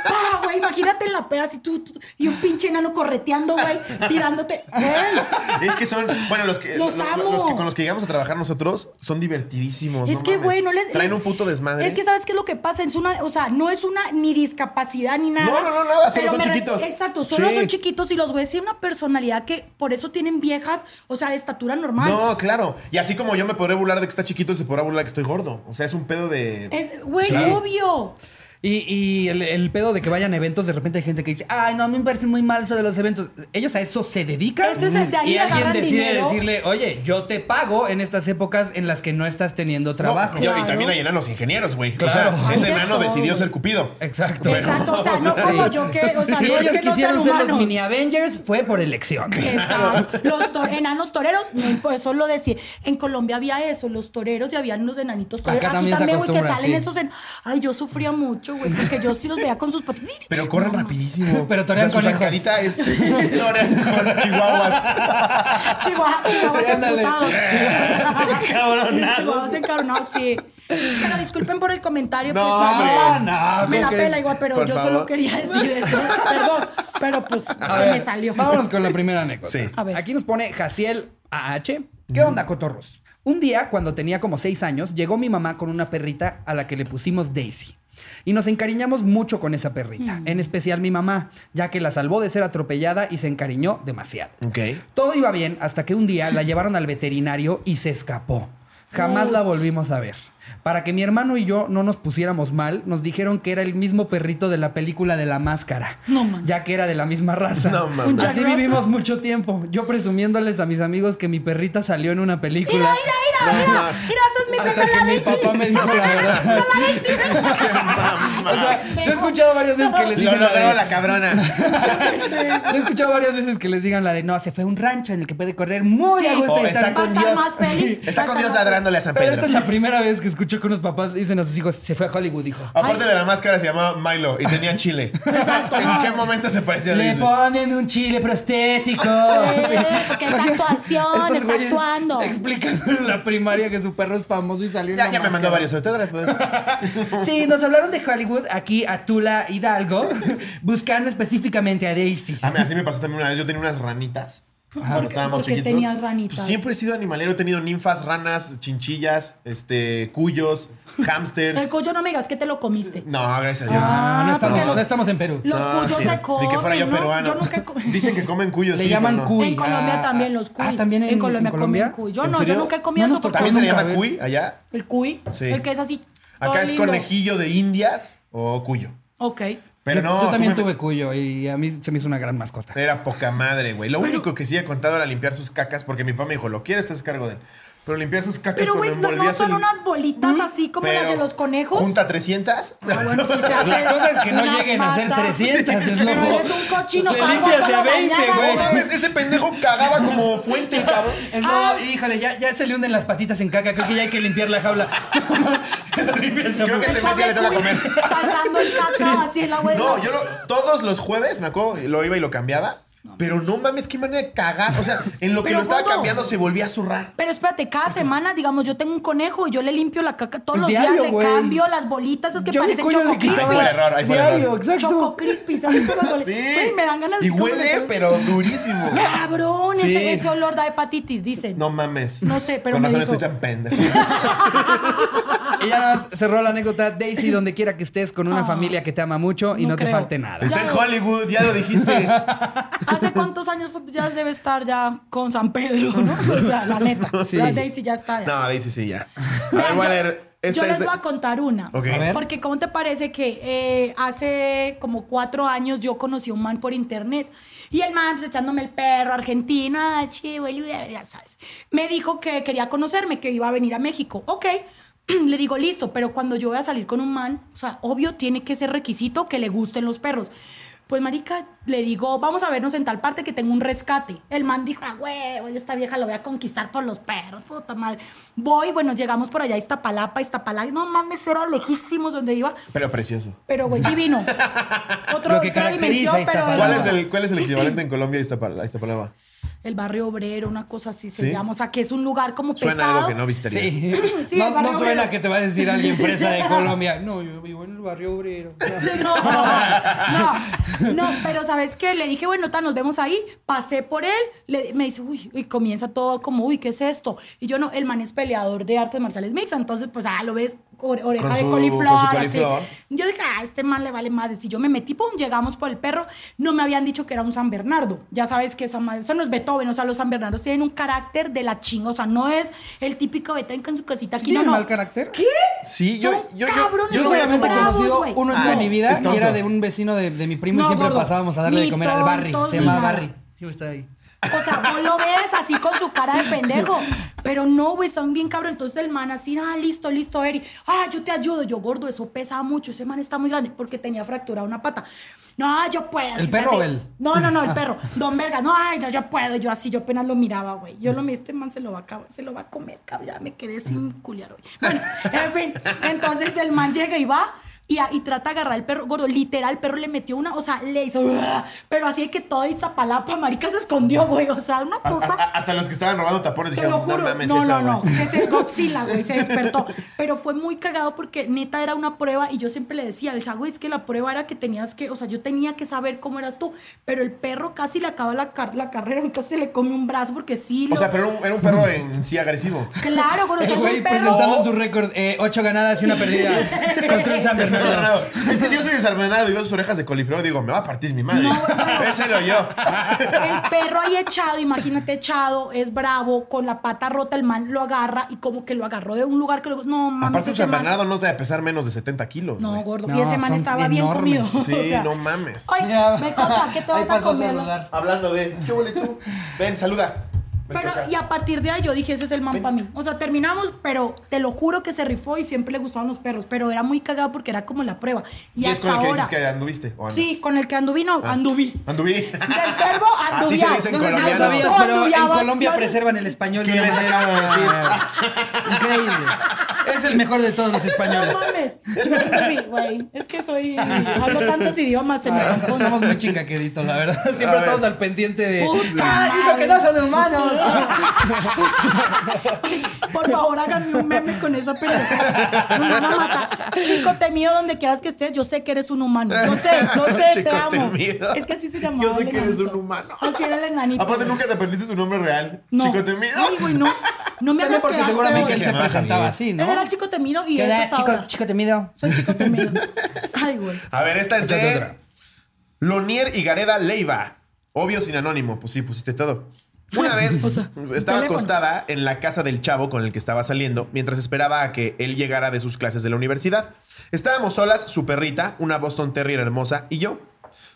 S3: ¡Ah, güey! Imagínate en la peda así tú, tú- y un pinche enano correteando, güey, tirándote. Güey.
S2: Es que son, bueno, los que,
S3: Los
S2: lo- lo-
S3: amo.
S2: los que- con los que llegamos a trabajar nosotros son divertidísimos.
S3: Es
S2: no
S3: que,
S2: mames.
S3: güey, no les.
S2: Traen
S3: les-
S2: un puto desmadre.
S3: Es que, ¿sabes qué es lo que pasa? Es una, o sea, no es una ni discapacidad ni nada.
S2: No, no, no, nada, solo
S3: pero
S2: son
S3: me re-
S2: chiquitos.
S3: Exacto, solo
S2: Sí.
S3: son chiquitos y los güeyes tienen una personalidad que por eso tienen viejas, o sea, de estatura normal.
S2: No, claro. Y así como yo me podré burlar de que está chiquito, se podrá burlar de que estoy gordo. O sea, es un pedo de.
S3: Es, güey,
S2: Sí.
S3: obvio.
S1: Y, y el, el pedo de que vayan a eventos, de repente hay gente que dice, ay, no, a mí me parece muy mal eso de los eventos. Ellos a eso se dedican.
S3: Eso es- de ahí
S1: y alguien
S3: agarran
S1: decide
S3: dinero.
S1: decirle, oye, yo te pago en estas épocas en las que no estás teniendo
S2: No,
S1: trabajo.
S2: yo-
S3: Claro.
S2: Y también hay enanos ingenieros, güey.
S1: Claro.
S2: O sea, ese
S3: Hay de
S2: enano
S3: todo.
S2: decidió ser Cupido.
S1: Exacto.
S3: Exacto, o
S2: <laughs>
S3: sea, no
S1: Sí.
S3: como yo que, o sea,
S1: si
S3: no es
S1: ellos
S3: que no sean
S1: quisieron ser los
S3: humanos.
S1: mini Avengers, fue por elección.
S3: Exacto. Los to- enanos toreros, no, pues eso lo decía. En Colombia había eso, los toreros y había unos enanitos toreros.
S1: Acá también se
S3: güey, que
S1: acostumbra,
S3: salen
S1: sí.
S3: esos en... Ay, yo sufría mucho, güey, porque yo sí los veía con sus patitas.
S1: <laughs>
S2: Pero corren rapidísimo.
S1: Pero torean
S2: o sea, su
S1: conejos. <laughs>
S2: zancadita es. torean con chihuahuas.
S3: <laughs> Chihuahua, chihuahuas
S1: <laughs> Ándale.
S3: emputados.
S2: Cabronados.
S3: Chihuahuas encabronados, sí. Pero disculpen por el comentario,
S2: No,
S3: pues,
S2: hombre.
S1: No, no,
S3: Me la
S1: ¿cómo crees?
S3: pela igual, pero
S2: Por
S3: yo
S2: favor.
S3: solo
S1: <laughs>
S3: quería decir eso. Perdón, pero pues
S1: A
S3: se
S1: ver,
S3: me salió.
S1: Vámonos con la primera anécdota.
S2: Sí.
S3: A ver.
S1: Aquí nos pone Jaciel AH. ¿Qué onda, cotorros? Un día, cuando tenía como seis años, llegó mi mamá con una perrita a la que le pusimos Daisy. Y nos encariñamos mucho con esa perrita,
S3: Mm.
S1: en especial mi mamá, ya que la salvó de ser atropellada y se encariñó demasiado.
S2: Ok.
S1: Todo iba bien hasta que un día la llevaron al veterinario y se escapó. Jamás la volvimos a ver. Para que mi hermano y yo no nos pusiéramos mal, nos dijeron que era el mismo perrito de la película de la máscara.
S3: No manches.
S1: Ya que era de la misma raza.
S2: No mames.
S1: Así
S3: Mucha
S1: vivimos mucho tiempo. Yo presumiéndoles a mis amigos que mi perrita salió en una película.
S3: Mira, mira, mira, mira. Mira, esa es mi
S1: Hasta
S3: pesa
S1: que
S3: la
S1: mi
S3: Daisy.
S1: papá me dijo la verdad.
S3: Esa es la Daisy.
S1: <laughs> O sea, yo he escuchado varias veces que les
S2: Lo
S1: dicen la
S2: logró
S1: de-
S2: la cabrona.
S1: <laughs> Yo he escuchado varias veces que les digan la de no, se fue a un rancho en el que puede correr muy
S3: Sí.
S1: a gusto
S2: O
S1: y estar
S2: Oh, está
S3: Va a
S2: con
S3: estar
S2: Dios.
S3: más feliz.
S2: Está con
S3: Va a
S2: Dios
S3: estar-
S2: ladrándole a San
S1: Pero esta es
S2: Pedro.
S1: la primera vez que escucho que unos papás dicen a sus hijos, se fue a Hollywood, hijo.
S2: Aparte de la máscara se llamaba Milo y tenía chile. ¿En qué momento se parecía a
S1: Le
S2: Disney?
S1: ponen un chile prostético.
S3: Sí, porque
S1: <laughs>
S3: es actuación,
S1: Estos
S3: está
S1: güeyes
S3: actuando.
S1: Explicando en la primaria que su perro es famoso y salió en
S2: Ya,
S1: la
S2: ya me
S1: máscara.
S2: mandó varios pues. autógrafos.
S1: Sí, nos hablaron de Hollywood aquí a Tula Hidalgo, <laughs> buscando específicamente a Daisy.
S2: Ah, mira, Así me pasó también una vez. Yo tenía unas ranitas cuando estábamos
S3: porque
S2: chiquitos.
S3: tenías ranitas.
S2: Pues siempre he sido animalero, he tenido ninfas, ranas, chinchillas, este, cuyos,
S3: El
S2: hamsters.
S3: cuyo no me digas que te lo comiste.
S2: No, gracias a Dios.
S1: Ah, no, estamos,
S3: porque-
S1: no estamos en Perú.
S3: Los
S2: No,
S3: cuyos
S2: sí.
S3: se comen.
S2: Ni que fuera yo
S3: ¿no?
S2: peruano.
S3: Yo nunca comí.
S2: <laughs> Dicen que comen cuyos.
S1: Le
S2: sí,
S1: llaman
S2: pero no.
S1: cuy.
S3: En Colombia
S1: Ah,
S3: también los cuy.
S1: ah, también en-
S3: Colombia,
S1: en Colombia.
S3: comen cuy. Yo
S2: ¿En
S3: no, yo
S2: serio?
S3: nunca he comido
S1: No
S3: eso
S1: nos
S3: porque
S1: tocó
S2: ¿También se le
S1: nunca,
S2: llama
S1: ve.
S2: cuy allá?
S3: el cuy,
S2: Sí.
S3: el que es así. todo
S2: Acá es
S3: lindo.
S2: conejillo de indias o cuyo.
S3: Ok.
S2: Pero
S1: yo,
S2: no.
S1: yo también
S2: tú me-
S1: tuve cuyo y a mí se me hizo una gran mascota.
S2: Era poca madre, güey. Lo único que sí he contado era limpiar sus cacas, porque mi papá me dijo, lo quieres, te haces cargo de él. Pero limpiar sus cacas
S3: Pero,
S2: cuando
S3: güey, no, no
S2: envolvías
S3: son
S2: el-
S3: unas bolitas así como las de
S2: Pero,
S3: los conejos.
S2: ¿Junta 300?
S3: Ah,
S1: <laughs>
S3: bueno, sí se hace.
S1: La cosa es que no
S3: una
S1: lleguen a ser
S3: masa.
S1: 300, es
S3: Pero
S1: loco.
S3: eres un cochino.
S1: Le
S3: ¿cómo
S1: limpias
S3: te
S1: de
S3: lo
S1: 20,
S3: bañabas?
S2: <laughs> No
S1: güey.
S2: mames, ese pendejo cagaba como fuente,
S3: <laughs>
S2: cabrón.
S1: Es lo-
S3: Ah.
S1: híjole, ya, ya se le hunden las patitas en caca. Creo que ya hay que limpiar la
S2: <laughs>
S1: jaula. <laughs>
S2: Creo que este mes ya le toca
S3: Pobre
S2: comer.
S3: cuy, <laughs> Saltando el caca así en la abuela.
S2: No, yo lo- todos los jueves, me acuerdo, lo iba y lo cambiaba. Pero no mames, qué manera de cagar. O sea, en lo que
S3: Pero,
S2: lo estaba
S3: gordo.
S2: cambiando se volvía a zurrar.
S3: Pero espérate, cada semana, digamos, yo tengo un conejo y yo le limpio la caca todos
S1: Pues
S3: los
S1: diario,
S3: días, le
S1: güey.
S3: cambio las bolitas, es que
S1: Yo mi
S3: parecen
S1: cuyo
S3: choco
S1: le
S2: Ahí fue el
S3: crispies.
S2: error, ahí fue el
S1: Diario,
S2: error.
S1: exacto.
S3: Choco crispies,
S2: <laughs>
S3: así se las bolitas. Güey, me dan ganas
S2: Y
S3: de comer
S2: huele,
S3: todo.
S2: pero durísimo.
S3: Cabrón,
S2: Sí.
S3: ese, ese olor da hepatitis, dicen.
S2: No mames.
S3: No sé, pero
S2: Con
S3: me
S2: razón
S3: dijo-
S2: estoy tan
S3: <laughs>
S2: pendejo.
S1: Y ya nada más cerró la anécdota. Daisy, donde quiera que estés, con una
S3: Ah,
S1: familia que te ama mucho y no,
S3: no
S1: te
S3: creo.
S1: falte nada.
S2: Está en Este, Hollywood, ya lo
S3: <laughs>
S2: dijiste.
S3: ¿Hace cuántos años fue? ya debe estar ya con San Pedro, no? O sea, la neta.
S1: Sí.
S3: La Daisy ya está. ya.
S2: No, Daisy sí, ya. <laughs> A
S3: Mira,
S2: ver, voy a
S3: yo-
S2: leer. este, Esta
S3: yo les
S2: es de-
S3: voy a contar una.
S2: Ok.
S1: A ver.
S3: Porque ¿cómo te parece que eh, hace como cuatro años yo conocí a un man por internet? Y el man, pues echándome el perro, argentino, ah, chivo, el- ya sabes. Me dijo que quería conocerme, que iba a venir a México. Ok. <clears throat> Le digo, listo, pero cuando yo voy a salir con un man, o sea, obvio tiene que ser requisito que le gusten los perros. Pues, marica, le digo, vamos a vernos en tal parte que tengo un rescate. El man dijo, ah, huevo, esta vieja la voy a conquistar por los perros, puta madre. Voy, bueno, llegamos por allá a Iztapalapa, Iztapalapa. No mames, era lejísimos donde iba.
S2: Pero precioso.
S3: Pero, güey,
S1: <laughs>
S3: divino. Otro,
S1: Lo que
S3: otra
S1: caracteriza
S3: dimensión,
S1: a
S3: pero...
S1: Iztapalapa.
S2: ¿Cuál es el, cuál es el equivalente en Colombia a esta, pal- a esta palabra?
S3: El barrio obrero, una cosa así se
S2: ¿Sí?
S3: llama. O sea, que es un lugar como
S2: Suena
S3: pesado.
S2: algo que no visterías.
S1: Sí.
S3: Sí,
S1: no
S3: el
S1: no
S3: barrio
S1: suena
S3: obrero.
S1: que te va a decir alguien presa de Colombia. No, yo vivo en el barrio obrero.
S3: Sí,
S2: <laughs>
S3: no, no, no, pero ¿sabes qué? Le dije, bueno, ta, nos vemos ahí. Pasé por él, le- me dice, uy, y comienza todo como, uy, ¿qué es esto? Y yo no, el man es peleador de artes marciales mixtas, entonces, pues, ah, lo ves, ore- oreja
S2: Con
S3: de
S2: su-
S3: coliflor,
S2: con su
S3: así.
S2: coliflor.
S3: Yo dije, ah, este man le vale madre. Si yo me metí, pum, llegamos por el perro, no me habían dicho que era un San Bernardo. Ya sabes que esa madre, son los Beethoven, o sea, los San Bernardos tienen un carácter de la chinga, o sea, no es el típico Beethoven con su cosita aquí, no,
S1: ¿Tiene
S3: no.
S1: mal carácter?
S3: ¿Qué?
S2: Sí, yo.
S3: Son
S2: yo, yo-
S3: cabrones,
S2: yo
S1: Yo
S3: son
S1: solamente
S2: solamente
S1: he
S3: bravos,
S1: conocido
S3: güey.
S1: uno en
S2: Ah,
S1: toda mi vida
S2: es
S1: y
S2: tonto.
S1: era de un vecino de, de mi primo y
S3: No,
S1: siempre
S3: gordo.
S1: pasábamos a darle de
S3: Ni
S1: comer al Barry.
S3: tontos
S1: Se
S3: ni
S1: llama
S3: nada.
S1: Barry. Sí, está ahí.
S3: O sea, vos lo ves así con su cara de pendejo. Pero no, güey, son bien cabrón. Entonces el man así, ah, listo, listo, Eri. Ah, yo te ayudo. Yo, gordo, eso pesa mucho. Ese man está muy grande porque tenía fracturada una pata. No, yo puedo. así,
S1: perro
S3: así.
S1: o él?
S3: No, no, no, el perro. Don Verga, no, ay, no, yo puedo. Yo así, yo apenas lo miraba, güey. Yo lo miré, este man se lo va a, acabar, se lo va a comer, cabrón. Ya me quedé sin culiar hoy. Bueno, en fin. Entonces el man llega y va. Y, a- y trata de agarrar el perro, gordo, literal, el perro le metió una, o sea, le hizo, "Uah", pero así de que todo Iztapalapa, marica, se escondió, güey, o sea, una
S2: A-
S3: cosa...
S2: a- hasta los que estaban robando tapones
S3: Te lo
S2: dijeron,
S3: juro.
S2: no mames,
S3: No,
S2: esa,
S3: no, no.
S2: güey".
S3: Que se <laughs> Godzilla, güey, se despertó. Pero fue muy cagado porque neta era una prueba y yo siempre le decía, el güey, es que la prueba era que tenías que, o sea, yo tenía que saber cómo eras tú. Pero el perro casi le acaba la, car- la carrera, <laughs> casi le come un brazo porque sí.
S2: O
S3: lo-
S2: sea, pero era un, era un perro en sí
S3: <laughs>
S2: agresivo. <laughs>
S3: Claro, güey, o sea,
S1: El
S3: es
S1: güey
S3: un perro.
S1: presentando su récord, eh, ocho ganadas y una perdida
S3: <laughs>
S1: contra un San
S2: No, no,
S1: Bernardo.
S2: no. Es que si yo soy el Sarmenado y veo sus orejas de coliflor, digo, me va a partir mi madre.
S3: No,
S2: <laughs>
S3: güey.
S2: Ese lo yo.
S3: El perro ahí echado, imagínate echado, es bravo, con la pata rota, el man lo agarra y como que lo agarró de un lugar que luego, no mames.
S2: Aparte, un
S3: ese
S2: San
S3: man-
S2: Bernardo no te debe pesar menos de 70 kilos.
S3: No,
S2: güey.
S3: gordo.
S1: No,
S3: y ese man
S1: son
S3: estaba bien
S1: enormes.
S3: comido. <laughs>
S2: Sí,
S3: o sea,
S2: no mames.
S3: Ay,
S1: Ya.
S3: me cocha, ¿qué te
S1: Ahí
S3: vas a
S1: pasó
S3: comer?
S1: saludar.
S2: Hablando de. ¿Qué huele tú? Ven, saluda. Ven,
S3: Pero,
S2: cocha.
S3: y a partir de ahí yo dije, ese es el man para mí. O sea, terminamos, pero te lo juro que se rifó y siempre le gustaban los perros. Pero era muy cagado porque era como la prueba. Y,
S2: ¿Y es
S3: hasta
S2: con el que
S3: ahora.
S2: dices que Ah. anduviste? ¿O andas?
S3: Sí, con el que anduví, no,
S2: <laughs>
S3: anduví.
S2: Anduví.
S3: Del verbo
S2: <laughs> Así se
S3: anduviar.
S2: dice en
S1: No sé si lo
S2: Colombiano.
S1: sabías,
S3: Tú
S1: pero en
S3: anduviabas,
S1: Colombia
S3: yo-
S1: preservan el español de
S2: ¿Qué
S1: una
S2: les acabo de
S1: manera increíble. Es el mejor de todos los españoles.
S3: No mames. <laughs> Disculpe, güey. Es que soy. Hablo tantos idiomas, se me
S1: Ah,
S3: confunde.
S1: Somos muy chingaqueditos, la verdad.
S2: A
S1: Siempre
S2: ver.
S1: estamos al pendiente de.
S3: Puta
S1: ¡Ah,
S3: madre.
S1: hijo, que no son humanos!
S3: Por favor, hagan un meme con esa pelota. Me van a matar. Chico, te mido donde quieras que estés. Yo sé que eres un humano. Yo sé,
S2: <laughs>
S3: yo sé,
S2: Chico,
S3: te amo.
S2: mido.
S3: Es que así se llamaba.
S2: Yo sé
S3: el
S2: que eres un
S3: enanito.
S2: humano.
S3: Así era el enanito.
S2: Aparte, nunca te aprendiste su nombre real.
S3: No.
S2: Chico, te mido.
S3: Ay, güey, no. No me
S1: También
S3: hagas
S1: porque
S3: quedar
S1: seguramente
S2: que
S1: él
S3: peor.
S1: se
S2: llamaba
S1: presentaba
S2: Javier.
S1: así,
S3: Él era
S1: ¿no?
S3: el chico temido y
S1: ¿Qué
S3: eso
S1: edad,
S3: hasta
S1: chico,
S3: ahora.
S1: chico temido?
S3: Soy chico temido. Ay, güey.
S2: A ver, esta es
S1: Échate
S2: de
S1: otra.
S2: Lonier y Gareda Leiva. Obvio sin anónimo, pues sí, pusiste todo. Una vez
S3: <laughs> O sea,
S2: estaba
S3: teléfono.
S2: acostada en la casa del chavo con el que estaba saliendo mientras esperaba a que él llegara de sus clases de la universidad. Estábamos solas, su perrita, una Boston Terrier hermosa y yo.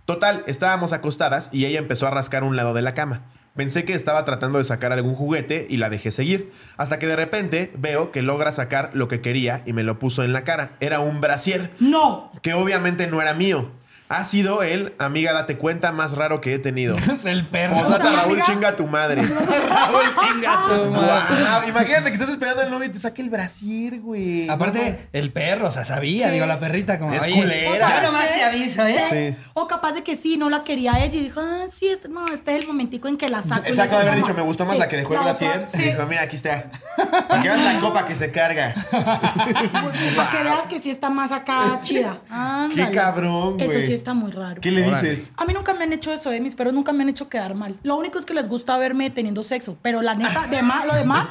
S2: Total, estábamos acostadas y ella empezó a rascar un lado de la cama. Pensé que estaba tratando de sacar algún juguete y la dejé seguir, hasta que de repente veo que logra sacar lo que quería y me lo puso en la cara. Era un brasier
S3: No.
S2: que obviamente no era mío. Ha sido el, amiga, date cuenta, más raro que
S1: <laughs>
S2: he tenido.
S1: Es el perro.
S2: O sea,
S3: sea,
S2: Raúl,
S3: amiga.
S2: chinga a
S1: <laughs>
S2: tu madre.
S1: Raúl,
S3: Ah,
S1: chinga tu madre.
S2: Guau, Imagínate que estás esperando el novio y te saque el brasier, güey.
S1: Aparte, el perro, o sea, sabía,
S3: Sí.
S1: digo, la perrita como.
S2: Es
S1: oye,
S2: culera.
S1: yo
S3: ¿sabes
S1: nomás
S3: qué?
S1: te aviso, ¿eh?
S3: Sí.
S2: Sí.
S3: O capaz de que sí, no la quería ella y dijo, ah, sí, este- no, este es el momentico en que la saco. y
S2: Exacto,
S3: la
S2: de haber
S3: llamo.
S2: dicho, me gustó más
S3: Sí,
S2: la que dejó el
S3: otra,
S2: brasier. Y <laughs>
S3: Sí.
S2: dijo, mira, aquí está. Aquí vas la copa que se carga.
S3: Para que veas que sí está
S2: <laughs>
S3: más acá chida. Ándale.
S2: Qué cabrón, güey.
S3: Eso sí está muy raro.
S2: ¿Qué le
S1: Órale.
S2: dices?
S3: A mí nunca me han hecho eso, eh. Mis perros nunca me han hecho quedar mal. Lo único es que les gusta verme teniendo sexo. Pero la neta, de más,
S2: <laughs>
S3: lo demás,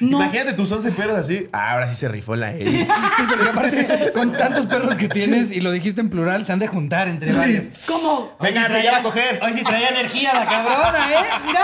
S3: no.
S2: Imagínate tus 11 perros así. Ah, ahora sí se rifó la Eli.
S1: Sí, porque aparte, con tantos perros que tienes y lo dijiste en plural, se han de juntar entre varios. <laughs>
S3: Como.
S2: Venga, se lleva a coger.
S1: Hoy sí traía energía la cabrona, ¿eh? Mira,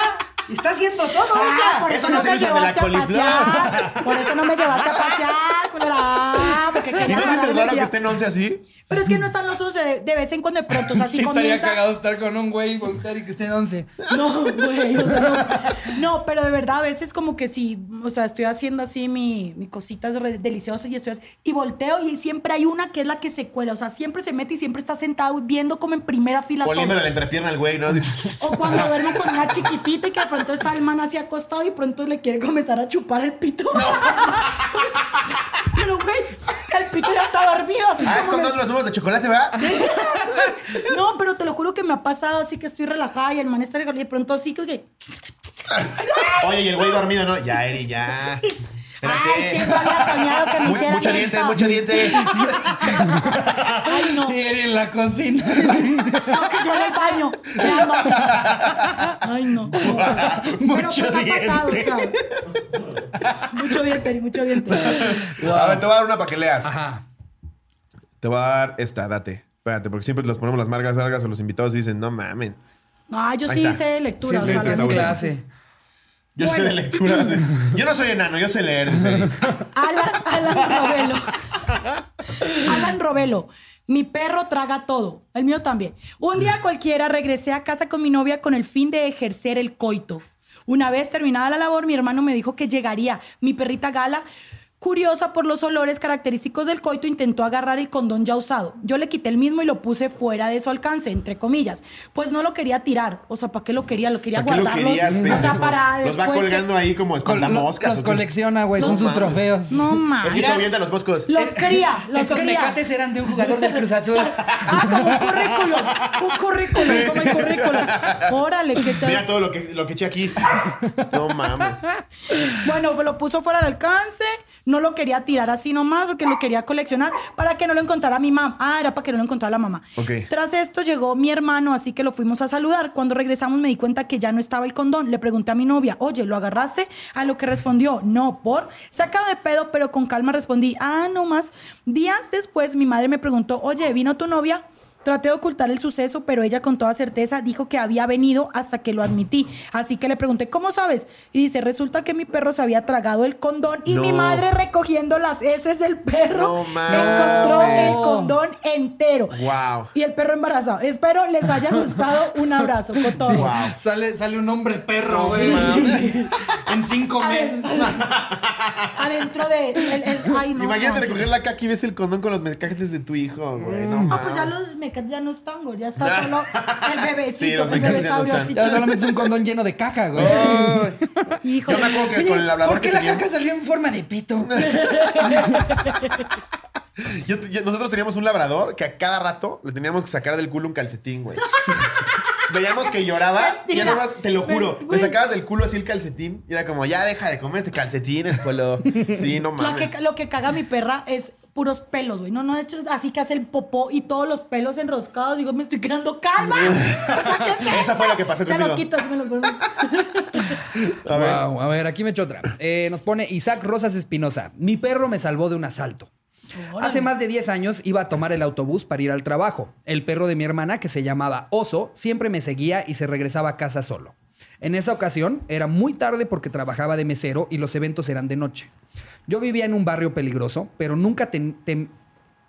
S1: está haciendo todo,
S3: Ah,
S1: ahorita.
S3: por
S2: Eso
S3: eso,
S2: no
S3: no
S2: se
S3: me
S2: usa de la
S3: llevaste a
S2: coliflor.
S3: pasear. Por eso no me llevaste a pasear, culera. Ah,
S2: <laughs>
S3: Porque
S2: ¿Y
S3: querías
S2: no
S3: ganar
S2: sientes raro que
S3: energía.
S2: estén 11 así?
S3: Pero es que no están los osos de, de vez en cuando de pronto.
S1: <laughs>
S3: O sea, si
S1: Sí, estaría
S3: comienza.
S1: cagado estar con un güey, voltear y que esté en once.
S3: No, güey. o sea,
S1: <laughs>
S3: no. No, pero de verdad, a veces como que sí, o sea, estoy haciendo así mi, mi cositas re- deliciosas y estoy así- y volteo y siempre hay una que es la que se cuela, o sea, siempre se mete y siempre está sentado viendo como en primera fila todo.
S2: Poniéndole la entrepierna al güey,
S1: <laughs>
S2: ¿no? Así.
S3: O cuando duermo con una chiquitita y que de pronto está el man así acostado y pronto le quiere comenzar a chupar el pito. <laughs> Pero, güey, el pito ya está dormido. Así
S2: Ah, es
S3: como
S2: con
S3: me-
S2: todos los humos de chocolate, ¿verdad?
S3: No, pero te lo juro que me ha pasado así que estoy relajada y el man está regalado y de pronto así que... que-
S2: Oye, y el güey dormido, ¿no? Ya, Eri, ya.
S3: Ay, siempre había soñado que me
S2: Mu-
S3: hicieran
S2: mucho
S3: esto.
S2: diente,
S1: <laughs>
S2: mucho diente.
S3: Ay, no.
S1: Y él en la cocina.
S3: Aunque yo en el baño. me ando así.
S2: <laughs>
S3: Ay, no. Pero pues
S1: Mucho
S3: ha pasado, o
S1: diente.
S3: sea. Mucho diente, Eri,
S2: <laughs>
S3: mucho diente.
S2: A ver, te voy a dar una para que leas.
S1: Ajá.
S2: Te voy a dar esta, date. Espérate, porque siempre los ponemos las margas largas o los invitados y dicen, no mamen.
S3: No, yo
S2: Ahí
S3: sí
S2: está.
S3: hice
S1: Sí,
S3: lectura. o
S1: es
S3: sea,
S2: lente
S3: la
S2: está
S3: neta.
S2: bueno.
S1: clase.
S2: Yo soy de
S3: Bueno.
S2: lectura. Yo no soy enano, yo sé leer. dice Eri.
S3: Alan, Alan Robelo. Alan Robelo. Mi perro traga todo. El mío también. Un día cualquiera regresé a casa con mi novia con el fin de ejercer el coito. Una vez terminada la labor, mi hermano me dijo que llegaría. Mi perrita Gala, curiosa por los olores característicos del coito, intentó agarrar el condón ya usado. Yo le quité el mismo y lo puse fuera de su alcance, entre comillas. Pues no lo quería tirar. O sea, ¿para qué lo quería? Lo quería
S2: ¿Para qué lo
S3: guardarlo.
S2: querías,
S3: O sea,
S2: pendejo?
S3: para
S2: Los va
S3: después que-
S2: colgando ahí como
S1: Col-
S2: espantamoscas.
S1: los
S2: ¿o qué?
S1: colecciona, güey. Son
S2: No
S1: sus
S2: mames.
S1: trofeos.
S3: No
S2: Es
S3: mames.
S2: que se avienta los boscos.
S3: Los
S1: <laughs>
S3: cría, los
S1: Esos
S3: cría.
S1: mecates eran de un jugador del Cruz Azul.
S3: Ah, como un currículo. Un currículo, como el currículo. Órale, qué
S2: Mira
S3: tal.
S2: todo lo que, lo que eché aquí. No mames.
S3: Bueno, pues lo puso fuera de alcance. No lo quería tirar así nomás porque lo quería coleccionar para que no lo encontrara mi mamá. Ah, era para que no lo encontrara la mamá.
S2: Ok.
S3: Tras esto llegó mi hermano, así que lo fuimos a saludar. Cuando regresamos me di cuenta que ya no estaba el condón. Le pregunté a mi novia, oye, ¿lo agarraste? A lo que respondió, no, por. Sacado de pedo, pero con calma respondí, ah, no más. Días después mi madre me preguntó, oye, ¿vino tu novia? Traté de ocultar el suceso, pero ella con toda certeza dijo que había venido hasta que lo admití. Así que le pregunté, ¿cómo sabes? Y dice, resulta que mi perro se había tragado el condón y mi
S2: No.
S3: madre recogiendo las heces del perro
S2: No mames.
S3: encontró el condón entero.
S2: Wow.
S3: Y el perro embarazado. Espero
S2: <laughs>
S3: les haya gustado. Un abrazo, Cotorro.
S2: Wow.
S1: Sale, sale un hombre perro,
S2: No
S1: güey.
S2: mames.
S1: en cinco meses.
S3: Adentro, adentro de. El, el- ay, no,
S2: Imagínate
S3: no,
S2: recoger
S3: chico.
S2: la caca y ves el condón con los mecates de tu hijo, güey. No,
S3: No, pues ya
S2: mames.
S3: los me Meerkat ya no es tango, ya está solo
S2: <laughs>
S3: el bebecito,
S2: los Meerkat
S3: el
S2: ya no
S3: bebesaurio
S2: están.
S3: así
S1: Ya
S3: chiquito.
S1: solamente es un condón lleno de caca, güey.
S3: <laughs> Híjole.
S2: Yo me acuerdo que con el hablador
S1: ¿Por qué
S2: que
S1: la
S2: teníamos-
S1: caca salió en forma de pito?
S2: Yo- yo- nosotros teníamos un labrador que a cada rato le teníamos que sacar del culo un calcetín,
S3: <laughs>
S2: güey. Veíamos que lloraba y
S3: Mentira.
S2: ya nada más, te lo juro,
S3: Ven,
S2: le
S3: güey.
S2: sacabas del culo así el calcetín y era como, ya deja de comerte calcetines,
S3: <laughs>
S2: polo. Sí, no
S3: Lo
S2: mames.
S3: que, lo que caga mi perra es puros pelos, güey. No, no, de hecho, así que hace el popó y todos los pelos enroscados. Digo, me estoy
S2: <laughs>
S3: quedando calma. O sea, ¿qué es
S2: Eso
S3: esto?
S2: fue lo que pasó
S3: Se los
S2: conmigo.
S3: quito, así me los vuelvo.
S2: A ver.
S1: Wow, a ver, aquí me echo otra. Eh, nos pone Isaac Rosas Espinosa. Mi perro me salvó de un asalto.
S3: Órale.
S1: Hace más de 10 años iba a tomar el autobús para ir al trabajo. El perro de mi hermana, que se llamaba Oso, siempre me seguía y se regresaba a casa solo. En esa ocasión era muy tarde porque trabajaba de mesero y los eventos eran de noche. Yo vivía en un barrio peligroso, pero nunca ten- tem-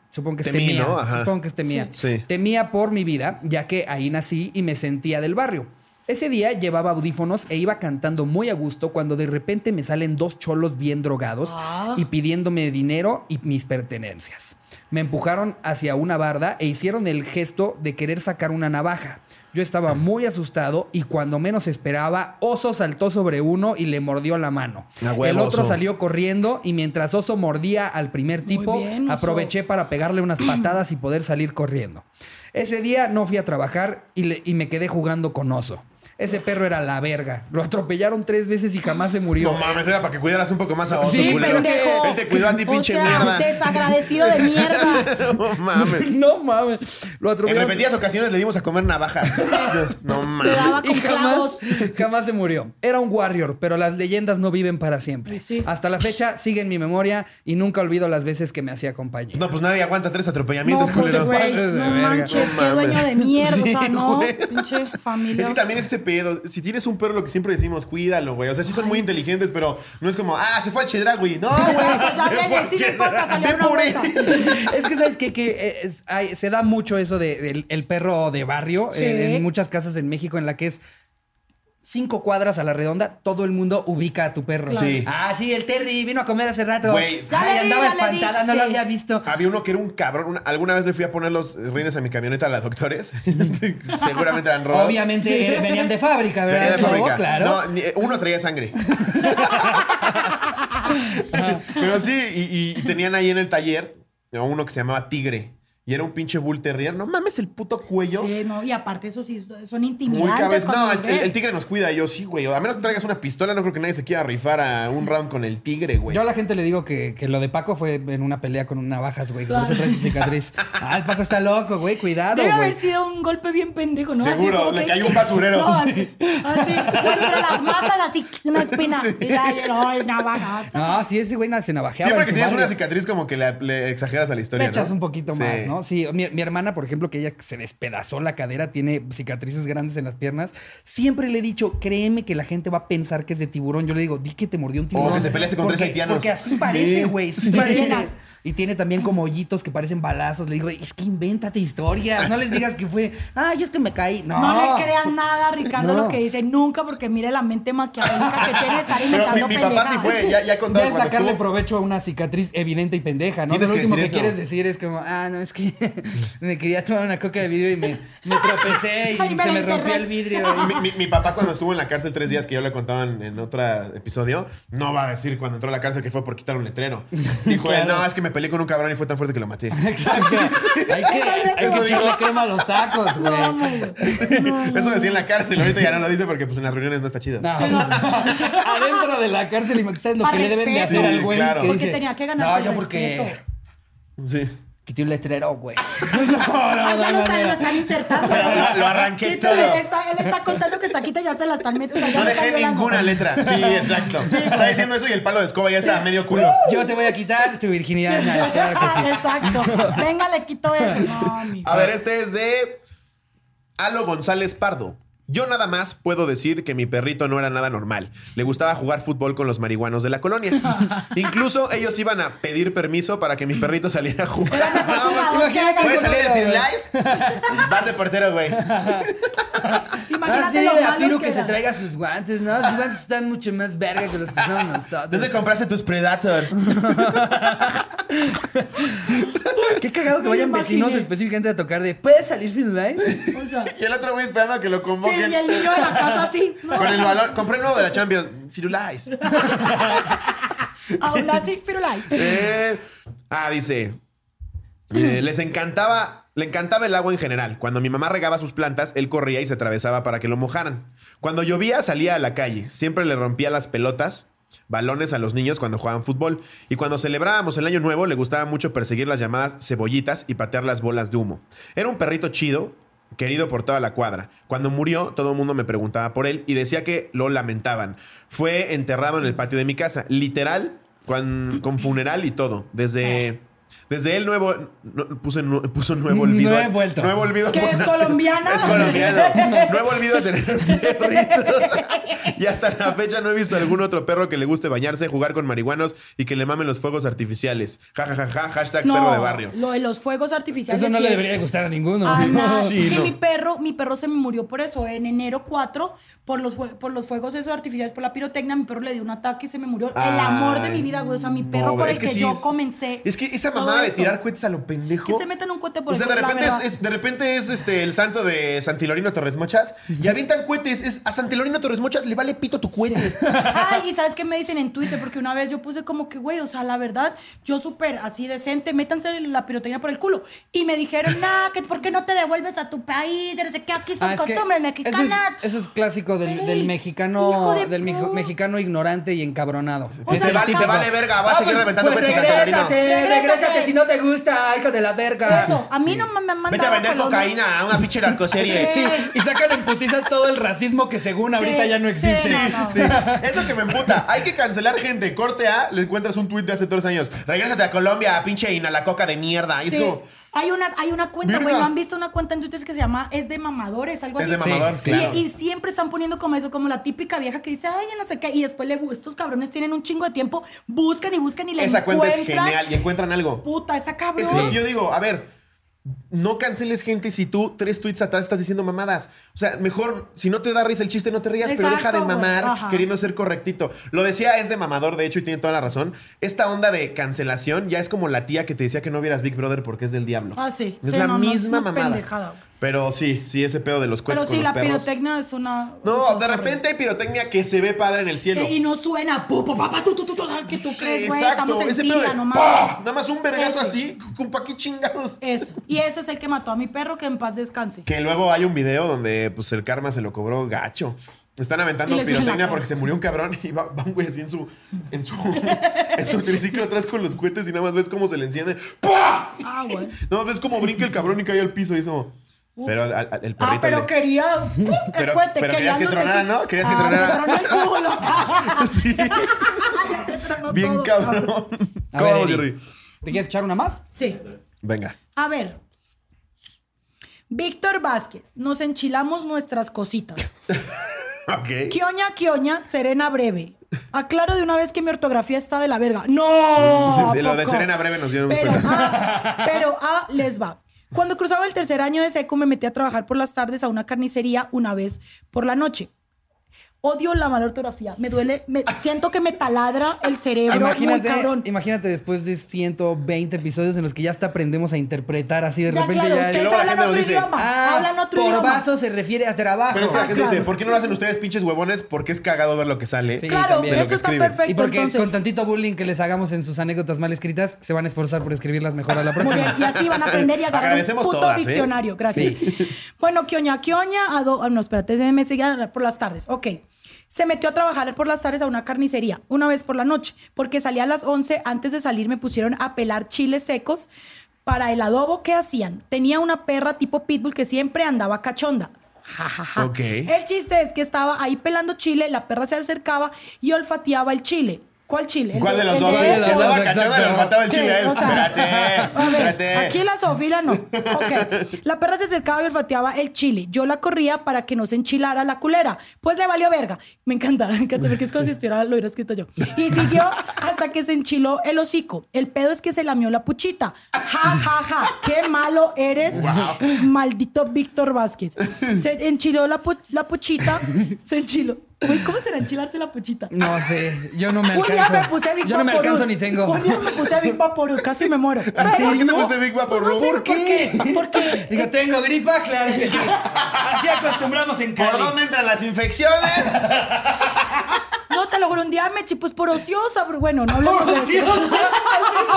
S1: Supongo que es
S2: Temí,
S1: temía.
S2: ¿no? Ajá.
S1: Supongo que es temía.
S2: Sí. Sí.
S1: Temía por mi vida, ya que ahí nací y me sentía del barrio. Ese día llevaba audífonos e iba cantando muy a gusto cuando de repente me salen dos cholos bien drogados
S3: Ah.
S1: y pidiéndome dinero y mis pertenencias. Me empujaron hacia una barda e hicieron el gesto de querer sacar una navaja. Yo
S2: Mm.
S1: estaba muy asustado y cuando menos esperaba, Oso saltó sobre uno y le mordió la mano.
S2: A huevo,
S1: el otro
S2: Ah, Oso.
S1: salió corriendo y mientras Oso mordía al primer
S3: Muy
S1: tipo,
S3: bien, Oso.
S1: aproveché para pegarle unas patadas y poder salir corriendo. Ese día no fui a trabajar y, le- y me quedé jugando con oso. Ese perro era la verga. Lo atropellaron tres veces y jamás se murió.
S2: No mames, era para que cuidaras un poco más a oso,
S1: Sí,
S2: culero.
S1: pendejo.
S2: Él te cuidó a ti,
S3: O
S2: pinche
S3: sea,
S2: mierda.
S3: Desagradecido de mierda.
S2: <laughs> No mames.
S1: No mames. Lo
S2: En
S1: atropellaron.
S2: repetidas ocasiones le dimos a comer navajas. No
S3: Le daba
S2: mames.
S3: con
S1: Y jamás,
S3: clavos.
S1: jamás se murió. Era un warrior, pero las leyendas no viven para siempre.
S3: Y Pues sí.
S1: Hasta la fecha sigue en mi memoria y nunca olvido las veces que me hacía compañía.
S2: No, pues nadie aguanta tres
S3: No,
S2: atropellamientos,
S3: pues,
S2: culero.
S3: güey,
S1: pases de
S3: no
S1: verga.
S3: manches,
S2: No
S3: qué dueño
S2: mames.
S3: de mierda, o sea,
S2: Sí,
S3: no,
S2: güey.
S3: pinche familia.
S2: Es que también es ese pedo. Si tienes un perro, lo que siempre decimos, cuídalo, güey. O sea, sí son muy inteligentes, pero no es como, ah, se fue al Chedragui. No, güey.
S3: Exacto,
S2: <laughs>
S3: pues, ya
S2: se
S3: ven,
S2: fue al
S3: sí, no importa,
S2: Chedraui.
S3: salió
S2: Ve
S3: una
S2: por él.
S3: vuelta.
S1: <laughs> Es que sabes qué? que, eh, es- hay- se da mucho eso del de, el- el perro de barrio
S3: Sí.
S1: eh, en muchas casas en México en la que es cinco cuadras a la redonda, todo el mundo ubica a tu perro.
S2: Claro. Sí.
S1: Ah, sí, el Terry vino a comer hace rato.
S2: Güey.
S3: Ya
S1: Ay,
S3: le di,
S1: andaba
S3: ya le di,
S1: espantada, no lo
S3: sí.
S1: había visto.
S2: Había uno que era un cabrón. Una- alguna vez le fui a poner los rines a mi camioneta a las doctores. <laughs> Seguramente la han robado.
S3: <laughs>
S1: Obviamente eh, venían de fábrica,
S2: Venía
S1: ¿verdad?
S2: de fábrica.
S1: Claro, claro.
S2: No, ni- uno
S1: <laughs>
S2: traía sangre. Pero sí, y, y tenían ahí en el taller a uno que se llamaba Tigre. Y era un pinche bull terrier. No mames el puto cuello.
S3: Sí, no, y aparte eso sí son
S2: Muy
S3: intimidantes
S2: cabez.
S3: cuando
S2: No,
S3: los
S2: el, el-
S3: ves.
S2: el tigre nos cuida. Yo sí, güey. A menos que traigas una pistola, no creo que nadie se quiera rifar a un round con el tigre, güey.
S1: Yo a la gente le digo que, que lo de Paco fue en una pelea con navajas, güey. que Por eso trae su
S3: <laughs>
S1: cicatriz. Ah, el Paco está loco, güey. Cuidado,
S3: Debe
S1: güey.
S3: haber sido un golpe bien pendejo, ¿no? Así
S2: Seguro,
S3: como
S2: le
S3: que- <laughs>
S2: cayó un basurero.
S3: No, así, así, entre las matas, así,
S2: <laughs>
S3: una espina. Y ay, ay, navaja.
S1: No, Ah, sí, ese güey na- se navajeaba.
S2: Siempre
S1: en
S2: que
S1: su
S2: tienes
S1: barrio.
S2: una cicatriz, como que la- le exageras a la historia.
S1: Le echas
S2: ¿no?
S1: un poquito
S2: Sí.
S1: más, ¿no? Sí, mi, mi hermana, por ejemplo, que ella se despedazó la cadera, tiene cicatrices grandes en las piernas. Siempre le he dicho, créeme que la gente va a pensar que es de tiburón. Yo le digo, di que te mordió un tiburón.
S2: que te peleaste con tres
S1: Porque-
S2: haitianos.
S1: Porque así
S2: Sí.
S1: parece, güey. Sí parece.
S3: Llenas.
S1: Y tiene también como hoyitos que parecen balazos. Le digo, es que invéntate historias. No les digas que fue, ay, es que me caí. No,
S3: No le crean nada a Ricardo
S1: No.
S3: lo que dice nunca, porque mire la mente maquiavélica que tiene de estar
S2: Pero mi,
S3: inventando
S2: mi papá sí
S3: pendejadas.
S2: fue.
S1: <laughs>
S2: Ya, ya he contado
S1: Debes
S2: cuando
S1: sacarle
S2: estuvo-
S1: provecho a una cicatriz evidente y pendeja, ¿no?
S2: Tienes
S1: Lo
S2: que
S1: último que
S2: decir eso.
S1: quieres decir es como, ah, no, es que <laughs> me quería tomar una coca de vidrio y me, me tropecé y
S3: <laughs> Ay, me
S1: se
S3: la
S1: me rompió
S3: enterré.
S1: el vidrio.
S3: <laughs>
S2: Mi, mi- mi papá cuando estuvo en la cárcel tres días, que yo le contaba en, en otro episodio, no va a decir cuando entró a la cárcel que fue por quitar un
S1: <laughs>
S2: letrero. Dijo él,
S1: Claro.
S2: no, es que me peleé con un cabrón y fue tan fuerte que
S1: <laughs>
S2: lo maté. <laughs>
S1: Exacto. Hay que, hay que
S2: Eso digo.
S1: echarle crema a los tacos, güey.
S3: No, güey.
S2: Eso decía en la cárcel, ahorita ya no lo dice porque pues en las reuniones no está chido.
S1: No. <laughs> Adentro de la cárcel y me sabes lo
S3: Al
S1: que le deben de
S3: respeto.
S1: hacer al
S2: Sí,
S1: güey.
S2: claro.
S1: que
S3: Porque
S1: dice,
S3: tenía que ganarse
S1: No,
S3: el
S1: yo porque
S3: respeto".
S2: Sí.
S1: quité un letrero,
S3: <laughs>
S1: güey. <laughs> No, no, no,
S3: Ay, Ah,
S1: no,
S3: ya lo, están,
S1: no.
S3: lo están insertando.
S2: Pero lo- lo arranqué
S3: Quítale,
S2: todo.
S3: Él está, él está contando que está quita, ya se la están metiendo. o sea, ya
S2: No
S3: lo están
S2: dejé
S3: violando.
S2: ninguna letra.
S3: <laughs>
S2: Sí, exacto. Está diciendo eso y el palo de escoba ya está a medio culo.
S1: Yo te voy a quitar tu virginidad. Nada, Ah, claro
S3: <laughs>
S1: que sí. Ah,
S3: Exacto. Venga, le quito eso. No, amigo.
S2: A ver, este es de Alo González Pardo. Yo nada más puedo decir que mi perrito no era nada normal. Le gustaba jugar fútbol con los marihuanos de la
S3: <laughs>
S2: colonia. Incluso ellos iban a pedir permiso para que mi perrito saliera a jugar.
S3: Mejor
S2: No,
S3: jugador
S1: imagínate
S3: que haga
S2: ¿Puedes
S3: eso.
S2: salir de Firulais? Vas de portero, güey.
S1: Ahora sí,
S3: Imagínate lo
S1: dile a
S3: malos
S1: Firu que, se
S3: eran.
S1: traiga sus guantes, ¿no? Sus guantes están mucho más verga que los que usamos nosotros.
S2: ¿Dónde compraste tus Predator?
S1: ¿Qué cagado que
S3: Me
S1: vayan
S3: lo imaginé.
S1: vecinos específicamente a tocar de ¿Puedes salir sin like?
S3: O sea, sí,
S2: Y el otro güey esperando a que lo
S3: y
S2: convoquen.
S3: el niño de la casa así. ¿no?
S2: Con el balón. Compré el nuevo de la Champions. Firulais.
S3: Aún así, Firulais.
S2: Eh, ah, dice. eh, les encantaba. Le encantaba el agua en general. Cuando mi mamá regaba sus plantas, él corría y se atravesaba para que lo mojaran. Cuando llovía, salía a la calle. Siempre le rompía las pelotas, balones a los niños cuando jugaban fútbol. Y cuando celebrábamos el año nuevo, le gustaba mucho perseguir las llamadas cebollitas y patear las bolas de humo. Era un perrito chido, querido por toda la cuadra. Cuando murió, todo el mundo me preguntaba por él y decía que lo lamentaban. Fue enterrado en el patio de mi casa, literal, con, con funeral y todo. Desde, desde el nuevo, no, puse, nu- puso nuevo olvido.
S1: Nuevo vuelto.
S2: Nuevo olvido. <laughs>
S3: ¿Que es colombiana?
S2: Es colombiano. Nuevo olvido de tener perritos. Y hasta la fecha no he visto algún otro perro que le guste bañarse, jugar con marihuanos y que le mamen los fuegos artificiales. Ja, ja, ja, ja, hashtag perro de barrio.
S3: Lo de los fuegos artificiales.
S1: Eso no
S3: sí
S1: le
S3: es-
S1: debería gustar a ninguno.
S3: Ah, nada.
S2: Sí,
S3: sí,
S2: no.
S3: mi perro, mi perro se me murió por eso. En enero 4, por los, fue- por los fuegos esos artificiales, por la pirotecnia, mi perro le dio un ataque y se me murió. el amor de mi vida, güey. O sea, mi perro
S2: Pobre.
S3: por el
S2: Ah, Es
S3: que,
S2: sí,
S3: yo
S2: es-
S3: comencé.
S2: Es que esa
S3: todo
S2: mamada de
S3: esto.
S2: tirar cohetes a lo pendejo.
S3: Que se metan un cohete por
S2: o
S3: el
S2: sea, de
S3: culo, la
S2: repente es,
S3: verdad.
S2: es- de repente es este el santo de Santilorino Torres Mochas y avientan cohetes. Es, a Santilorino Torres Mochas le vale pito tu cohete.
S3: Ay, y sabes qué me dicen en Twitter, porque una vez yo puse como que, güey, o sea, la verdad, yo súper así decente, métanse la pirotecnia por el culo. Y me dijeron, nah, que por qué no te devuelves a tu país, no sé qué, aquí son
S1: Ah, es que
S3: costumbres
S1: Eso es,
S3: mexicanas.
S1: eso es clásico del,
S3: Ey,
S1: del mexicano
S3: hijo de
S1: del mejo-
S3: pu-
S1: mexicano ignorante y encabronado.
S3: O
S2: Y
S3: sea,
S2: te, vale, y te
S3: acaba.
S2: Este vale verga, vas a seguir reventando cohetes a Santilorino.
S3: pues, Regrésate. regrésate si
S1: no te gusta, hijo de la verga.
S3: Eso, a mí no me me han mandado
S2: Vete a vender
S3: Colombia.
S2: cocaína a una pinche narcoserie.
S1: Sí, y sacan en putiza todo el racismo que según ahorita
S3: Sí,
S1: ya no
S3: sí,
S1: existe.
S2: Sí,
S3: No, no.
S2: sí. Es lo que me emputa. Hay que cancelar gente. Corte A, le encuentras un tuit de hace tres años. Regrésate a Colombia, pinche inalacoca de mierda. Y es
S3: Sí.
S2: como,
S3: Hay una, hay una cuenta,
S2: Verga.
S3: güey, ¿no han visto una cuenta en Twitter que se llama Es de Mamadores, algo
S2: Es
S3: así?
S2: de mamador,
S1: Sí,
S3: Y-
S2: claro.
S3: Pues Y, siempre están poniendo como eso, como la típica vieja que dice, ay, yo no sé qué, y después le bu- estos cabrones tienen un chingo de tiempo, buscan y buscan y le
S2: Esa cuenta
S3: encuentran.
S2: es genial y encuentran algo.
S3: Puta, esa cabrón.
S2: Es que es lo que yo digo, a ver, no canceles gente si tú tres tweets atrás estás diciendo mamadas. O sea, mejor, si no te da risa el chiste, no te rías, pero deja
S3: Exacto,
S2: de mamar
S3: güey. Ajá.
S2: queriendo ser correctito. Lo decía, es de mamador, de hecho, y tiene toda la razón. Esta onda de cancelación ya es como la tía que te decía que no vieras Big Brother porque es del diablo.
S3: Ah, sí.
S2: Es
S3: Sí,
S2: la
S3: no, no, es
S2: misma
S3: una
S2: mamada.
S3: pendejada, güey.
S2: Pero sí, sí, ese pedo de los cuentos
S3: Pero sí,
S2: con
S3: la
S2: los perros.
S3: pirotecnia es una...
S2: No,
S3: eso,
S2: de
S3: sobre-
S2: repente hay pirotecnia que se ve padre en el cielo.
S3: Eh, Y no suena, pu, pu, pa, pa, tu, tu, tu, tu, que tú
S2: Sí,
S3: crees, güey,
S2: exacto,
S3: estamos en
S2: ese pedo de
S3: Siria, no mames.
S2: ¡pah! Nada más un vergazo
S3: Ese.
S2: así, <laughs> con pa' qué chingados.
S3: Eso. Y ese es el que mató a mi perro, que en paz descanse.
S2: Que luego hay un video donde pues el karma se lo cobró gacho. Están aventando
S3: Y le suena la
S2: pirotecnia
S3: cara.
S2: porque se murió un cabrón y va, va un güey así en su, en
S3: <laughs>
S2: su, en su triciclo atrás con los cohetes y nada más ves cómo se le enciende. ¡Pah!
S3: Ah, güey.
S2: Nada más ves cómo brinca el cabrón y cae al piso y es como...
S3: Ups.
S2: Pero al- al- el perrito...
S3: Ah, pero
S2: le- <laughs>
S3: quería. ¡pum! el
S2: Pero-
S3: cohete,
S2: pero
S3: quería,
S2: querías que
S3: no sé
S2: tronara,
S3: si-
S2: ¿no? Querías que
S3: Ah, me
S2: tronara.
S3: tronó el culo.
S2: <laughs>
S3: <laughs>
S2: Sí,
S3: Me tronó
S2: bien
S3: todo, <laughs>
S2: cabrón.
S1: A
S2: ¿Cómo
S1: ver,
S2: vamos,
S1: Eri,
S2: Jerry?
S1: ¿Te quieres echar una más?
S3: Sí. <laughs>
S2: Venga.
S3: A ver. Víctor Vázquez, nos enchilamos nuestras cositas.
S2: Ok.
S3: Quioña, quioña, serena breve. Aclaro de una vez que mi ortografía está de la verga. ¡No!
S2: Sí, sí,
S3: ¿a
S2: lo de
S3: poco?
S2: Serena Breve nos dieron
S3: Pero
S2: cuenta.
S3: ah, pero ah, les va. Cuando cruzaba el tercer año de seco, me metí a trabajar por las tardes a una carnicería una vez por la noche. Odio la mala ortografía. Me duele, me, siento que me taladra el cerebro. muy
S1: Ah, Imagínate,
S3: cabrón.
S1: imagínate después de 120 episodios en los que ya hasta aprendemos a interpretar así de
S3: Ya,
S1: repente
S3: claro,
S1: ya
S2: Y
S3: ustedes
S2: luego la
S3: hablan
S2: gente
S3: otro
S2: nos dice,
S3: idioma.
S1: Ah,
S3: hablan otro
S1: por
S3: idioma.
S1: vaso se refiere a trabajo.
S2: Pero es que la
S3: Ah,
S2: gente
S3: claro.
S2: dice, ¿por qué no lo hacen ustedes pinches huevones? Porque es cagado ver lo que sale.
S1: Sí,
S3: claro,
S1: también.
S3: eso está
S2: Escriben.
S3: perfecto.
S1: y porque
S3: entonces.
S1: con tantito bullying que les hagamos en sus anécdotas mal escritas, se van a esforzar por escribirlas mejor a la
S3: Muy bien,
S1: próxima.
S3: y así van a
S2: <laughs>
S3: aprender y agarrar un
S2: Agradecemos
S3: puto
S2: todas, ¿eh?
S3: diccionario. Gracias.
S2: <laughs>
S3: Bueno, quioña, quioña, a do- ah, no, espérate, me seguía por las tardes. Ok. Se metió a trabajar por las tardes a una carnicería, una vez por la noche, porque salía a las 11. Antes de salir me pusieron a pelar chiles secos para el adobo que hacían. Tenía una perra tipo pitbull que siempre andaba cachonda. Ja, ja, ja.
S2: Ok.
S3: El chiste es que estaba ahí pelando chile, la perra se acercaba y olfateaba el chile. ¿Cuál chile? El
S2: ¿Cuál de los dos?
S1: de-
S2: Si
S1: el de-
S2: andaba cachonda, le
S1: exacto.
S2: mataba el
S3: Sí,
S2: chile a él.
S3: o sea, <laughs>
S2: Espérate,
S3: a ver,
S2: espérate.
S3: Aquí la zoofila no. Ok. La perra se acercaba y olfateaba el chile. Yo la corría para que no se enchilara la culera. Pues le valió verga. Me encanta, me encanta, porque es como si estuviera, lo hubiera escrito yo. Y siguió hasta que se enchiló el hocico. El pedo es que se lamió la puchita. Ja, ja, ja. Qué malo eres, maldito Víctor Vázquez. Se enchiló la, pu- la puchita. Se enchiló. Güey, ¿cómo será enchilarse la puchita?
S1: No sé, yo no me
S3: Un
S1: alcanzo.
S3: día me puse Big
S1: yo no me
S3: Vaporub.
S1: alcanzo ni tengo.
S3: Un
S1: <laughs>
S3: día me puse Big Vaporub, casi me muero. Pero
S2: ¿Por qué te
S3: no,
S2: pusiste Big Vaporub?
S3: pues no sé
S2: ¿Por
S1: qué?
S3: ¿Por qué?
S1: Digo, tengo gripa, claro
S3: <laughs>
S1: que sí. Así acostumbramos en
S2: ¿Por
S1: Cali.
S2: dónde entran
S1: <laughs>
S2: las infecciones?
S3: No, te lo juro, un día me eché, pues por ociosa, pero bueno, no hablamos de
S1: Sí,
S3: eso.
S1: o
S3: <laughs>
S1: sea,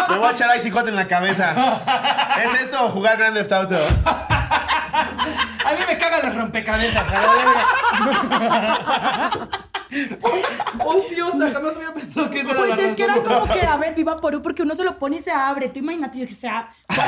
S2: Me voy a echar Icy Hot en la cabeza. ¿Es esto o jugar Grand Theft Auto?
S1: A mí me cagan los rompecabezas, a la verga. Ociosa, jamás hubiera pensado que esa era la
S3: Pues es que era
S1: razón.
S3: como que, a ver, Big Vaporub, porque uno se lo pone y se abre. Tú imagínate, yo que <laughs> sea.
S1: Va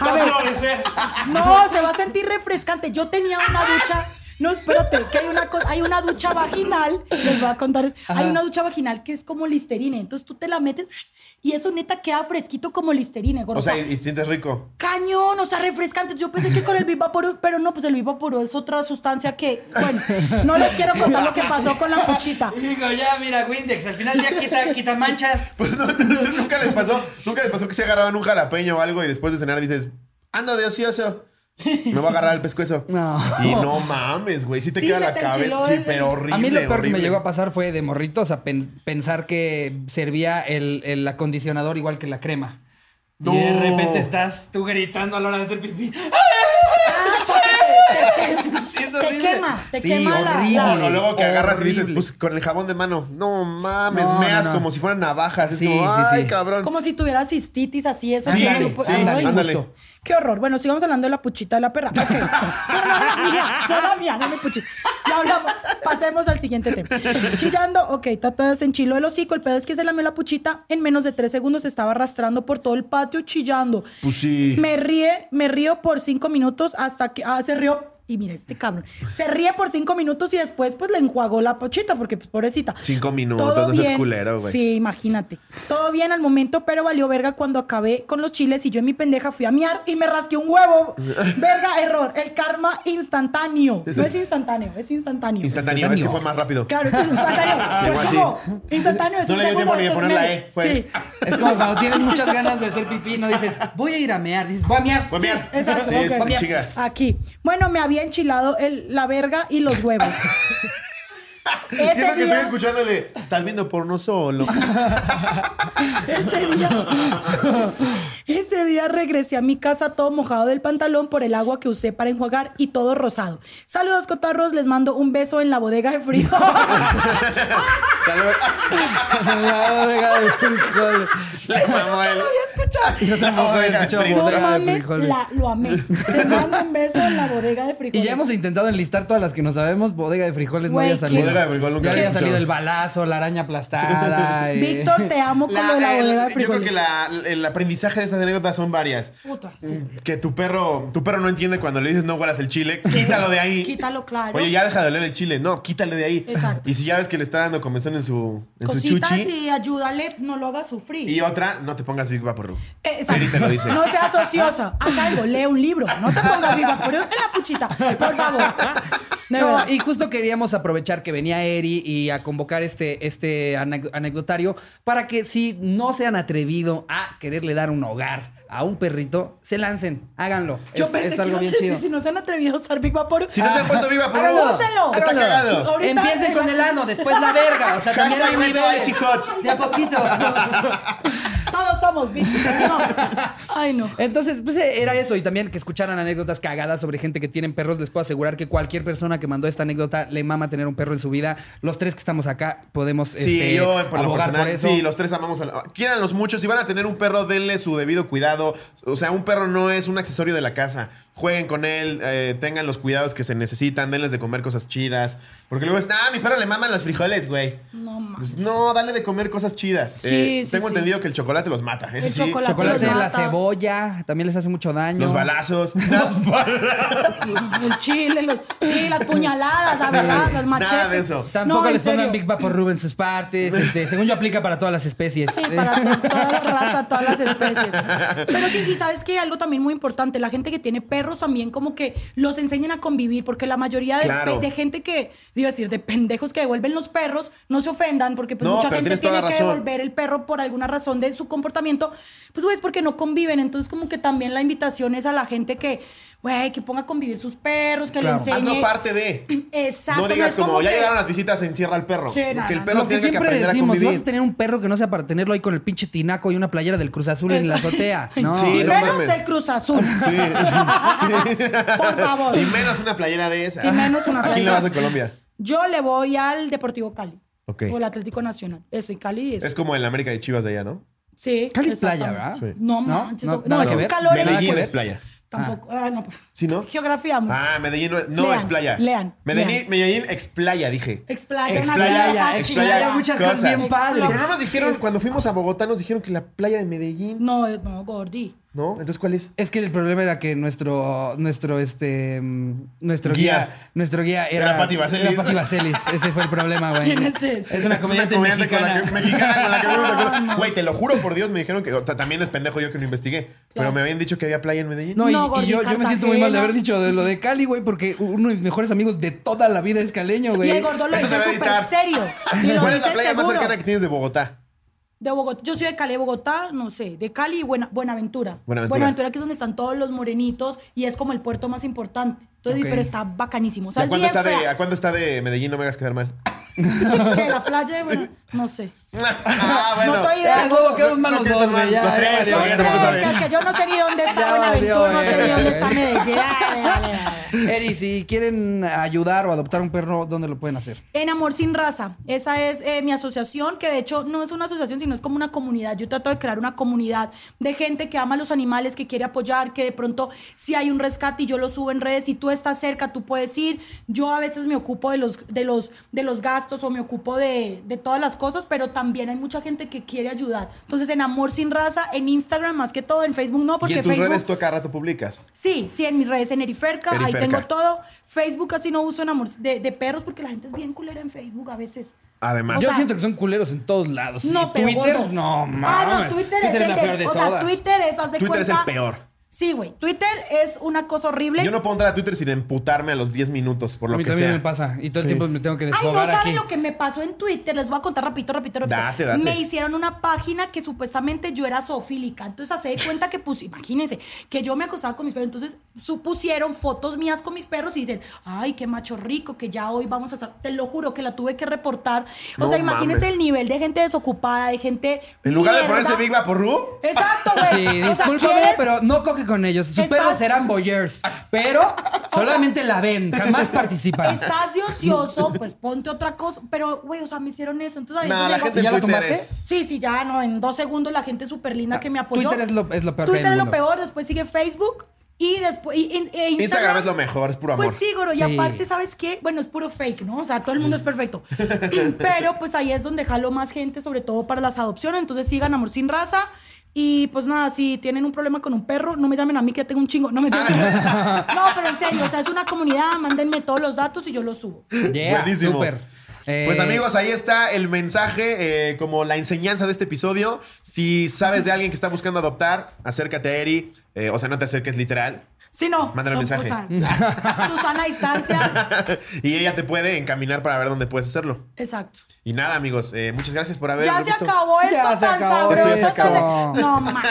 S3: A
S1: a
S3: ver,
S1: florecer.
S3: No, se va a sentir refrescante. Yo tenía una ducha. No, espérate, que hay una, co- hay una ducha vaginal, les voy a contar. es- Hay una ducha vaginal que es como listerine, entonces tú te la metes y eso neta queda fresquito como listerine, gordo.
S2: O sea, y, y sientes rico.
S3: cañón, o sea, refrescante. Yo pensé que con el Vivaporú, pero no, pues el Vivaporú es otra sustancia que, bueno, no les quiero contar lo que pasó con la puchita.
S1: Y digo, ya, mira, Windex, al final ya quita, quita manchas.
S2: Pues no, no, no, nunca les pasó. Nunca les pasó que se agarraban un jalapeño o algo y después de cenar dices, ando de ocioso. Me voy a agarrar el pescuezo.
S1: <laughs> No.
S2: Y no mames, güey. Sí te
S3: Sí,
S2: queda
S3: se
S2: la
S3: te
S2: cabeza.
S3: enchiló
S2: Sí,
S3: el-
S2: pero horrible.
S1: a mí lo peor que me
S2: horrible.
S1: llegó a pasar fue de morrito, o sea, pen- pensar que servía el, el acondicionador igual que la crema.
S2: No.
S1: Y de repente estás tú gritando a la hora de hacer pipí. Sí, es
S3: Te
S1: horrible.
S3: quema, te
S1: Sí,
S3: quema la-
S1: horrible,
S3: la-
S2: O luego que agarras y dices,
S1: horrible.
S2: pues con el jabón de mano. No mames,
S1: No,
S2: meas
S1: no, no.
S2: como si fueran navajas. Es
S1: Sí,
S2: como,
S1: sí, sí.
S2: ay, cabrón.
S3: Como si tuviera cistitis así, eso.
S2: Sí,
S3: claro, pues,
S2: sí,
S3: ay,
S1: ándale,
S2: ándale.
S1: justo.
S3: Qué horror. Bueno, sigamos hablando de la puchita de
S2: <laughs>
S3: la perra. Ok. No, no, la mía, no la mía, no mi puchita. Ya hablamos. Pasemos al siguiente tema. Chillando, ok, tata se enchiló el hocico. El pedo es que se lamió la puchita. En menos de tres segundos estaba arrastrando por todo el patio chillando.
S2: Pues sí.
S3: Me ríe, me río por cinco minutos hasta que. Ah, se rió. Y mira, este cabrón. Se ríe por cinco minutos y después, pues le enjuagó la pochita, porque, pues, pobrecita.
S2: Cinco minutos, no seas culero, güey.
S3: Sí, imagínate. Todo bien al momento, pero valió verga cuando acabé con los chiles y yo en mi pendeja fui a miar y me rasqué un
S2: <laughs>
S3: huevo. verga, error. El karma instantáneo. No es instantáneo, es instantáneo.
S2: Instantáneo, es que fue más rápido. <laughs>
S3: Claro, esto es instantáneo.
S2: Llegó
S3: Fue
S2: así.
S3: como. Instantáneo es
S2: No
S3: un
S2: le dio tiempo
S3: segundo,
S2: ni de poner
S3: esto es
S2: la
S3: medio.
S2: E, fue.
S3: Sí.
S1: Es como cuando tienes muchas ganas de hacer pipí, no dices, voy a ir a mear, dices, voy a mear.
S2: Voy a mear.
S3: Exacto,
S2: Sí,
S3: ok.
S2: sí, chica.
S3: Aquí. Bueno, me había enchilado el- la verga y los
S2: <laughs>
S3: huevos. ese,
S2: Siento que estoy
S3: día,
S2: escuchándole. Estás viendo porno
S3: <laughs>
S2: solo.
S3: ese día, <laughs> ese día regresé a mi casa todo mojado del pantalón por el agua que usé para enjuagar y todo rosado. Saludos, cotarros. Les mando un beso en la bodega de frío. <laughs>
S2: Salud.
S1: No, deja de frijoles.
S2: Le mamó el- <laughs>
S1: Yo tampoco había
S2: Oiga,
S1: escuchado
S2: primo.
S3: no
S1: bodega de
S3: mames,
S1: frijoles.
S3: la- lo amé. Te mando un beso en la bodega de frijoles.
S1: Y ya hemos intentado enlistar todas las que no sabemos. Bodega de frijoles
S3: Güey,
S1: no había salido.
S3: ¿qué?
S2: Bodega de frijol nunca
S1: ya
S2: había
S1: había salido
S2: escuchado.
S1: el balazo, la araña
S3: <laughs>
S1: aplastada. eh.
S3: Víctor, te amo con lo de la
S2: el-
S3: bodega de
S2: yo creo
S3: frijoles.
S2: que la- el aprendizaje de estas anécdotas son varias.
S3: Puta, sí.
S2: Que tu perro, tu perro no entiende cuando le dices no huelas el chile, quítalo de ahí.
S3: Quítalo, claro.
S2: Oye, ya deja de oler el chile. No, quítale de ahí.
S3: Exacto.
S2: Y si ya ves que le está dando comezón en su, en su
S3: Cositas
S2: chuchi.
S3: y ayúdale, no lo haga sufrir.
S2: Y otra, no te pongas Big Vaporru.
S3: Eh, exacto.
S2: Eri te lo dice.
S3: No seas ociosa. Haz algo, lee un libro. No te pongas viva por en la puchita, por favor. De
S1: No,
S3: verdad.
S1: y justo queríamos aprovechar que venía Eri y a convocar este, este ane- anecdotario para que si no se han atrevido a quererle dar un hogar a un perrito, se lancen, háganlo.
S3: Yo
S1: es,
S3: pensé
S1: es
S3: que
S1: algo
S3: ibas
S1: bien
S3: a decir,
S1: chido.
S3: Si no se han atrevido a usar Big Vapor,
S2: Si no se han puesto Big Vaporru,
S3: Háganlo, úsalo.
S2: está
S3: Háganlo.
S2: cagado.
S3: Ahorita-
S1: Empiecen con el ano, después la verga. O sea, también hay
S2: Hashtag reto
S1: niveles.
S2: Icy Hot.
S1: De a
S3: <laughs>
S1: poquito.
S3: todos somos Big No. Ay, no.
S1: Entonces, pues eh, era eso. Y también que escucharan anécdotas cagadas sobre gente que tienen perros. Les puedo asegurar que cualquier persona que mandó esta anécdota le mama tener un perro en su vida. Los tres que estamos acá podemos
S2: Sí,
S1: este,
S2: yo por lo
S1: abogar
S2: personal,
S1: por eso.
S2: sí, los tres amamos a quieran los muchos, si van a tener un perro, denle su debido cuidado. O sea, un perro no es un accesorio de la casa. Jueguen con él, eh, tengan los cuidados que se necesitan, denles de comer cosas chidas. Porque luego es, ah, mi perro le maman los frijoles, güey.
S3: No mames.
S2: Pues no, dale de comer cosas chidas.
S3: Sí,
S2: Eh,
S3: sí,
S2: Tengo
S3: sí.
S2: entendido que el chocolate los mata. eso
S3: El
S2: sí.
S3: chocolate.
S1: Chocolate, la
S3: Mata.
S1: cebolla, también les hace mucho daño.
S2: Los
S3: <laughs>
S2: balazos. Los balazos.
S3: El chile, los- sí, las puñaladas, la verdad, los machetes.
S2: Nada de eso.
S1: Tampoco
S3: No, en
S1: les pongan
S3: serio.
S1: Big Big Rub en sus partes. Este, según yo aplica para todas las especies.
S3: Sí,
S1: Eh,
S3: para
S1: <laughs>
S3: to- toda la raza, todas las especies. Pero sí, y sabes que algo también muy importante, la gente que tiene perros también como que los enseñen a convivir, porque la mayoría de,
S2: Claro.
S3: de gente que, digo decir, de pendejos que devuelven los perros, no se ofendan, porque pues
S2: No,
S3: mucha
S2: pero
S3: gente
S2: tienes toda
S3: tiene
S2: la
S3: que
S2: razón.
S3: devolver el perro por alguna razón de su comportamiento, pues güey, es porque no conviven, entonces como que también la invitación es a la gente que, güey, que ponga a convivir sus perros, que
S1: Claro.
S3: le enseñe...
S2: Hazlo parte de.
S3: Exacto,
S2: No digas
S3: es
S2: como, ya
S3: que-
S2: llegaron las visitas, encierra al perro.
S3: Sí, no,
S2: porque el
S3: no,
S2: perro
S1: Lo que
S2: tiene que
S1: siempre
S2: aprender a
S1: decimos, si vas
S2: convivir.
S1: a tener un perro que no sea para tenerlo ahí con el pinche tinaco y una playera del Cruz Azul en la
S3: Eso. <laughs>
S1: azotea. No,
S2: <laughs> Sí,
S3: Y
S1: es-
S2: no
S3: menos
S2: mames.
S3: del Cruz Azul. <laughs>
S2: Sí, sí.
S3: Por favor.
S2: Y menos una playera de esa.
S3: Y menos una
S2: ¿A quién le
S3: playera.
S2: vas de Colombia?
S3: Yo le voy al Deportivo Cali.
S2: Ok.
S3: O el Atlético Nacional. Eso, y Cali es.
S2: Es como el América de Chivas de allá, ¿no?
S3: sí.
S1: Cali es
S3: exactamente.
S1: playa, ¿verdad?
S2: Sí.
S3: No,
S1: No,
S3: manches.
S1: no,
S3: No,
S1: nada
S3: es
S1: que
S3: un
S1: ver.
S3: calor en la-
S1: que
S2: Medellín
S1: ver.
S2: es playa.
S3: Tampoco. Ah, no.
S2: ¿Sí, no?
S3: Geografía, amor.
S2: Ah, Medellín no, es- no
S3: Lean,
S2: es playa.
S3: lean,
S2: Medellín,
S3: lean.
S2: Medellín explaya, dije.
S3: Explaya, una
S2: explaya, explaya
S3: playa, explaya
S1: muchas cosas bien padres.
S2: Pero no nos dijeron, cuando fuimos a Bogotá, nos dijeron que la playa de Medellín,
S3: No, es- no, Gordi.
S2: ¿no? Entonces, ¿cuál es?
S1: Es que el problema era que nuestro nuestro este mm, nuestro
S2: Guía.
S1: guía, nuestro guía era,
S2: Era Patti Vaselis.
S1: era Patti Vaselis. Ese fue el problema, güey.
S3: ¿Quién es ese?
S1: Es una comediante,
S2: con la
S1: mexicana.
S2: que- mexicana con la que fuimos a
S3: <laughs>
S2: Cancún. Güey, te lo juro por Dios, me dijeron que. o sea, también es pendejo yo que no investigué. Pero me habían dicho que había playa en Medellín.
S1: No, y,
S3: No,
S1: y
S3: Gordi,
S1: yo, yo me siento muy mal de
S3: Cartagena.
S1: haber dicho de lo de Cali, güey, porque uno de mis mejores amigos de toda la vida es caleño, güey.
S3: Y el gordo lo
S2: Esto se
S3: dice
S2: va a
S3: súper
S2: editar. <laughs>
S3: serio. Y lo
S2: ¿Cuál es la
S3: dice
S2: playa más
S3: seguro.
S2: cercana que tienes de Bogotá?
S3: De Bogotá. Yo soy de Cali, de Bogotá, no sé. De Cali y Buena- Buenaventura.
S2: Buenaventura.
S3: que es donde están todos los morenitos y es como el puerto más importante. Entonces,
S1: Ok.
S3: pero está bacanísimo. O
S2: ¿Y
S3: sea,
S2: ¿A
S3: es
S2: cuánto,
S3: bien
S2: está de,
S3: fea.
S2: ¿A cuándo está de Medellín? No me hagas quedar mal.
S3: Que la playa de Buena- No sé.
S2: ah,
S3: No estoy idea.
S1: Ya, luego quedamos mal
S2: No,
S1: los
S2: quedamos
S1: dos,
S2: mal.
S1: güey. ya,
S2: Los tres,
S1: ya,
S2: los
S1: ya,
S2: tres,
S1: ya,
S3: Tres,
S2: vamos a
S1: ya.
S2: ver.
S3: que, que yo no sé ni dónde
S1: Ya
S3: está Buenaventura,
S1: valió,
S3: no sé
S1: eh.
S3: ni dónde está Medellín. Ay, dale, dale.
S1: Eri, si quieren ayudar o adoptar un perro, ¿dónde lo pueden hacer?
S3: En Amor Sin Raza, esa es eh, mi asociación, que de hecho no es una asociación, sino es como una comunidad. Yo trato de crear una comunidad de gente que ama a los animales, que quiere apoyar, que de pronto si hay un rescate y yo lo subo en redes, si tú estás cerca, tú puedes ir. Yo a veces me ocupo de los, de los, de los gastos o me ocupo de, de todas las cosas, pero también hay mucha gente que quiere ayudar. Entonces, en Amor Sin Raza, en Instagram más que todo, en Facebook no,
S2: Y
S3: porque
S2: en tus
S3: Facebook...
S2: redes tú a cada rato publicas.
S3: Sí, sí, en mis redes en Eriferca,
S2: Eriferca.
S3: ahí tengo todo. Facebook casi no uso en amor de, de perros porque la gente es bien culera en Facebook a veces.
S2: Además.
S3: O
S1: Yo
S3: sea,
S1: siento que son culeros en todos lados.
S3: no,
S1: Y
S3: pero
S1: Twitter,
S3: gordo.
S1: no, mames.
S3: Ah, no, Twitter,
S1: Twitter
S3: es,
S1: la
S3: el
S1: peor de
S3: o
S1: todas.
S3: sea, Twitter es, haz de
S2: Twitter es el
S3: cuenta-
S2: peor.
S3: Sí, güey, Twitter es una cosa horrible.
S2: Yo no puedo entrar a Twitter sin emputarme a los 10 minutos, por
S1: a
S2: lo
S1: mí
S2: que
S1: también
S2: sea.
S1: me pasa. Y todo el
S2: Sí.
S1: tiempo me tengo que
S3: Ay, no
S1: desfogar
S3: saben
S1: aquí.
S3: lo que me pasó en Twitter. Les voy a contar rapidito, rapidito, rapidito.
S2: Date, date.
S3: Me hicieron una página que supuestamente yo era zoofílica. Entonces, hace de cuenta que puse, imagínense, que yo me acostaba con mis perros. Entonces, supusieron fotos mías con mis perros y dicen, ay, qué macho rico, que ya hoy vamos a hacer. Te lo juro que la tuve que reportar. O
S2: No
S3: sea, imagínense
S2: mames.
S3: el nivel de gente desocupada, de gente.
S2: En lugar de
S3: mierda.
S2: ponerse Big Vaporru, <laughs>
S3: Exacto, güey.
S1: Sí,
S3: O sea,
S1: discúlpame,
S3: ¿quieres?
S1: pero no coge con ellos. Sus
S3: Estás-
S1: perros serán boyers, pero solamente la ven, jamás participan.
S3: Estás de ocioso, pues ponte otra cosa. Pero, güey, o sea, me hicieron eso. Entonces, a veces
S2: no, la
S3: llego-
S2: gente
S1: ¿Ya
S2: en
S1: la
S2: Twitter
S1: tomaste?
S2: es.
S3: Sí, sí, ya no, en dos segundos la gente súper
S2: Ah,
S3: linda que me apoyó.
S1: Twitter es lo- es lo peor que hay
S3: Twitter
S1: en el
S3: es lo
S1: mundo.
S3: peor, después sigue Facebook y después y- y- e Instagram.
S2: Instagram es lo mejor, es puro amor.
S3: Pues sí, Goro, y
S1: Sí.
S3: aparte, ¿sabes qué? Bueno, es puro fake, ¿no? O sea, todo el mundo es
S2: <laughs>
S3: perfecto. Pero pues ahí es donde jalo más gente, sobre todo para las adopciones. Entonces sigan Amor Sin Raza. Y pues nada, si tienen un problema con un perro, no me llamen a mí que tengo un chingo. No me llamen.
S2: Ah.
S3: <laughs> No, pero en serio, o sea, es una comunidad, mándenme todos los datos y yo los subo.
S1: Yeah,
S2: Buenísimo.
S1: súper. Eh,
S2: Pues amigos, ahí está el mensaje, eh, como la enseñanza de este episodio. Si sabes de alguien que está buscando adoptar, acércate a Eri. Eh, o sea, no te acerques literal. <laughs>
S3: Si no,
S2: Mándale un
S3: no,
S2: mensaje. <laughs>
S3: o sea, Susana a distancia.
S2: y ella te puede encaminar para ver dónde puedes hacerlo.
S3: Exacto.
S2: Y nada, amigos, eh, muchas gracias por haber
S3: Ya se
S2: visto.
S3: acabó
S1: Ya
S3: esto
S1: se
S3: tan
S1: acabó,
S2: esto ya se
S3: sabroso. tan de-
S1: acabó.
S3: No, ma.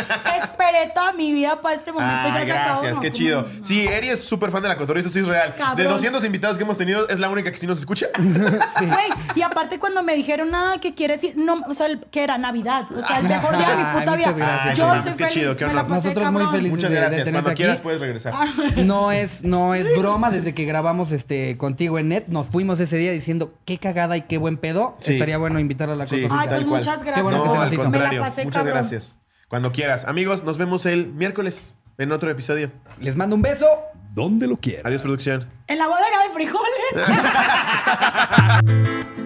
S3: Esperé toda mi vida para este momento. ya
S2: Ay,
S3: se acabó,
S2: Ah, gracias,
S3: no,
S2: qué
S3: ¿cómo
S2: chido.
S3: no?
S2: Sí, Eri es súper fan de la cotorriza, eso sí es real. De
S3: Cabrón.
S2: 200 invitados que hemos tenido, es la única que sí nos escucha.
S3: Güey, y aparte cuando me dijeron "Ah, nada que quiere decir, no, o sea, el- que era Navidad, o sea, el mejor día de mi
S1: Ay,
S3: puta
S1: muchas
S3: vida.
S1: gracias.
S3: Yo
S2: Ay,
S3: estoy
S2: Pues qué
S3: feliz,
S2: chido, qué
S3: me la
S2: honor.
S3: pasé,
S1: Nosotros muy
S3: cabrón.
S1: felices.
S2: Muchas
S1: de- de
S2: gracias.
S1: tenerte
S2: Cuando
S1: aquí.
S2: quieras puedes regresar.
S1: No es, no es broma, desde que grabamos este contigo en net, nos fuimos ese día diciendo qué cagada y qué buen pedo.
S2: Sí.
S1: Estaría bueno invitar a la
S2: Sí,
S1: cotorrisa.
S3: Ay, pues
S2: tal cual.
S3: muchas gracias.
S1: Qué bueno que
S2: no,
S1: se nos
S2: al
S1: hizo.
S2: contrario.
S3: Me la pasé,
S2: muchas
S3: cabrón.
S2: gracias. Cuando quieras. Amigos, nos vemos el miércoles en otro episodio.
S1: Les mando un beso.
S4: donde lo quieras.
S2: <laughs> Adiós, producción.
S3: En la bodega de frijoles.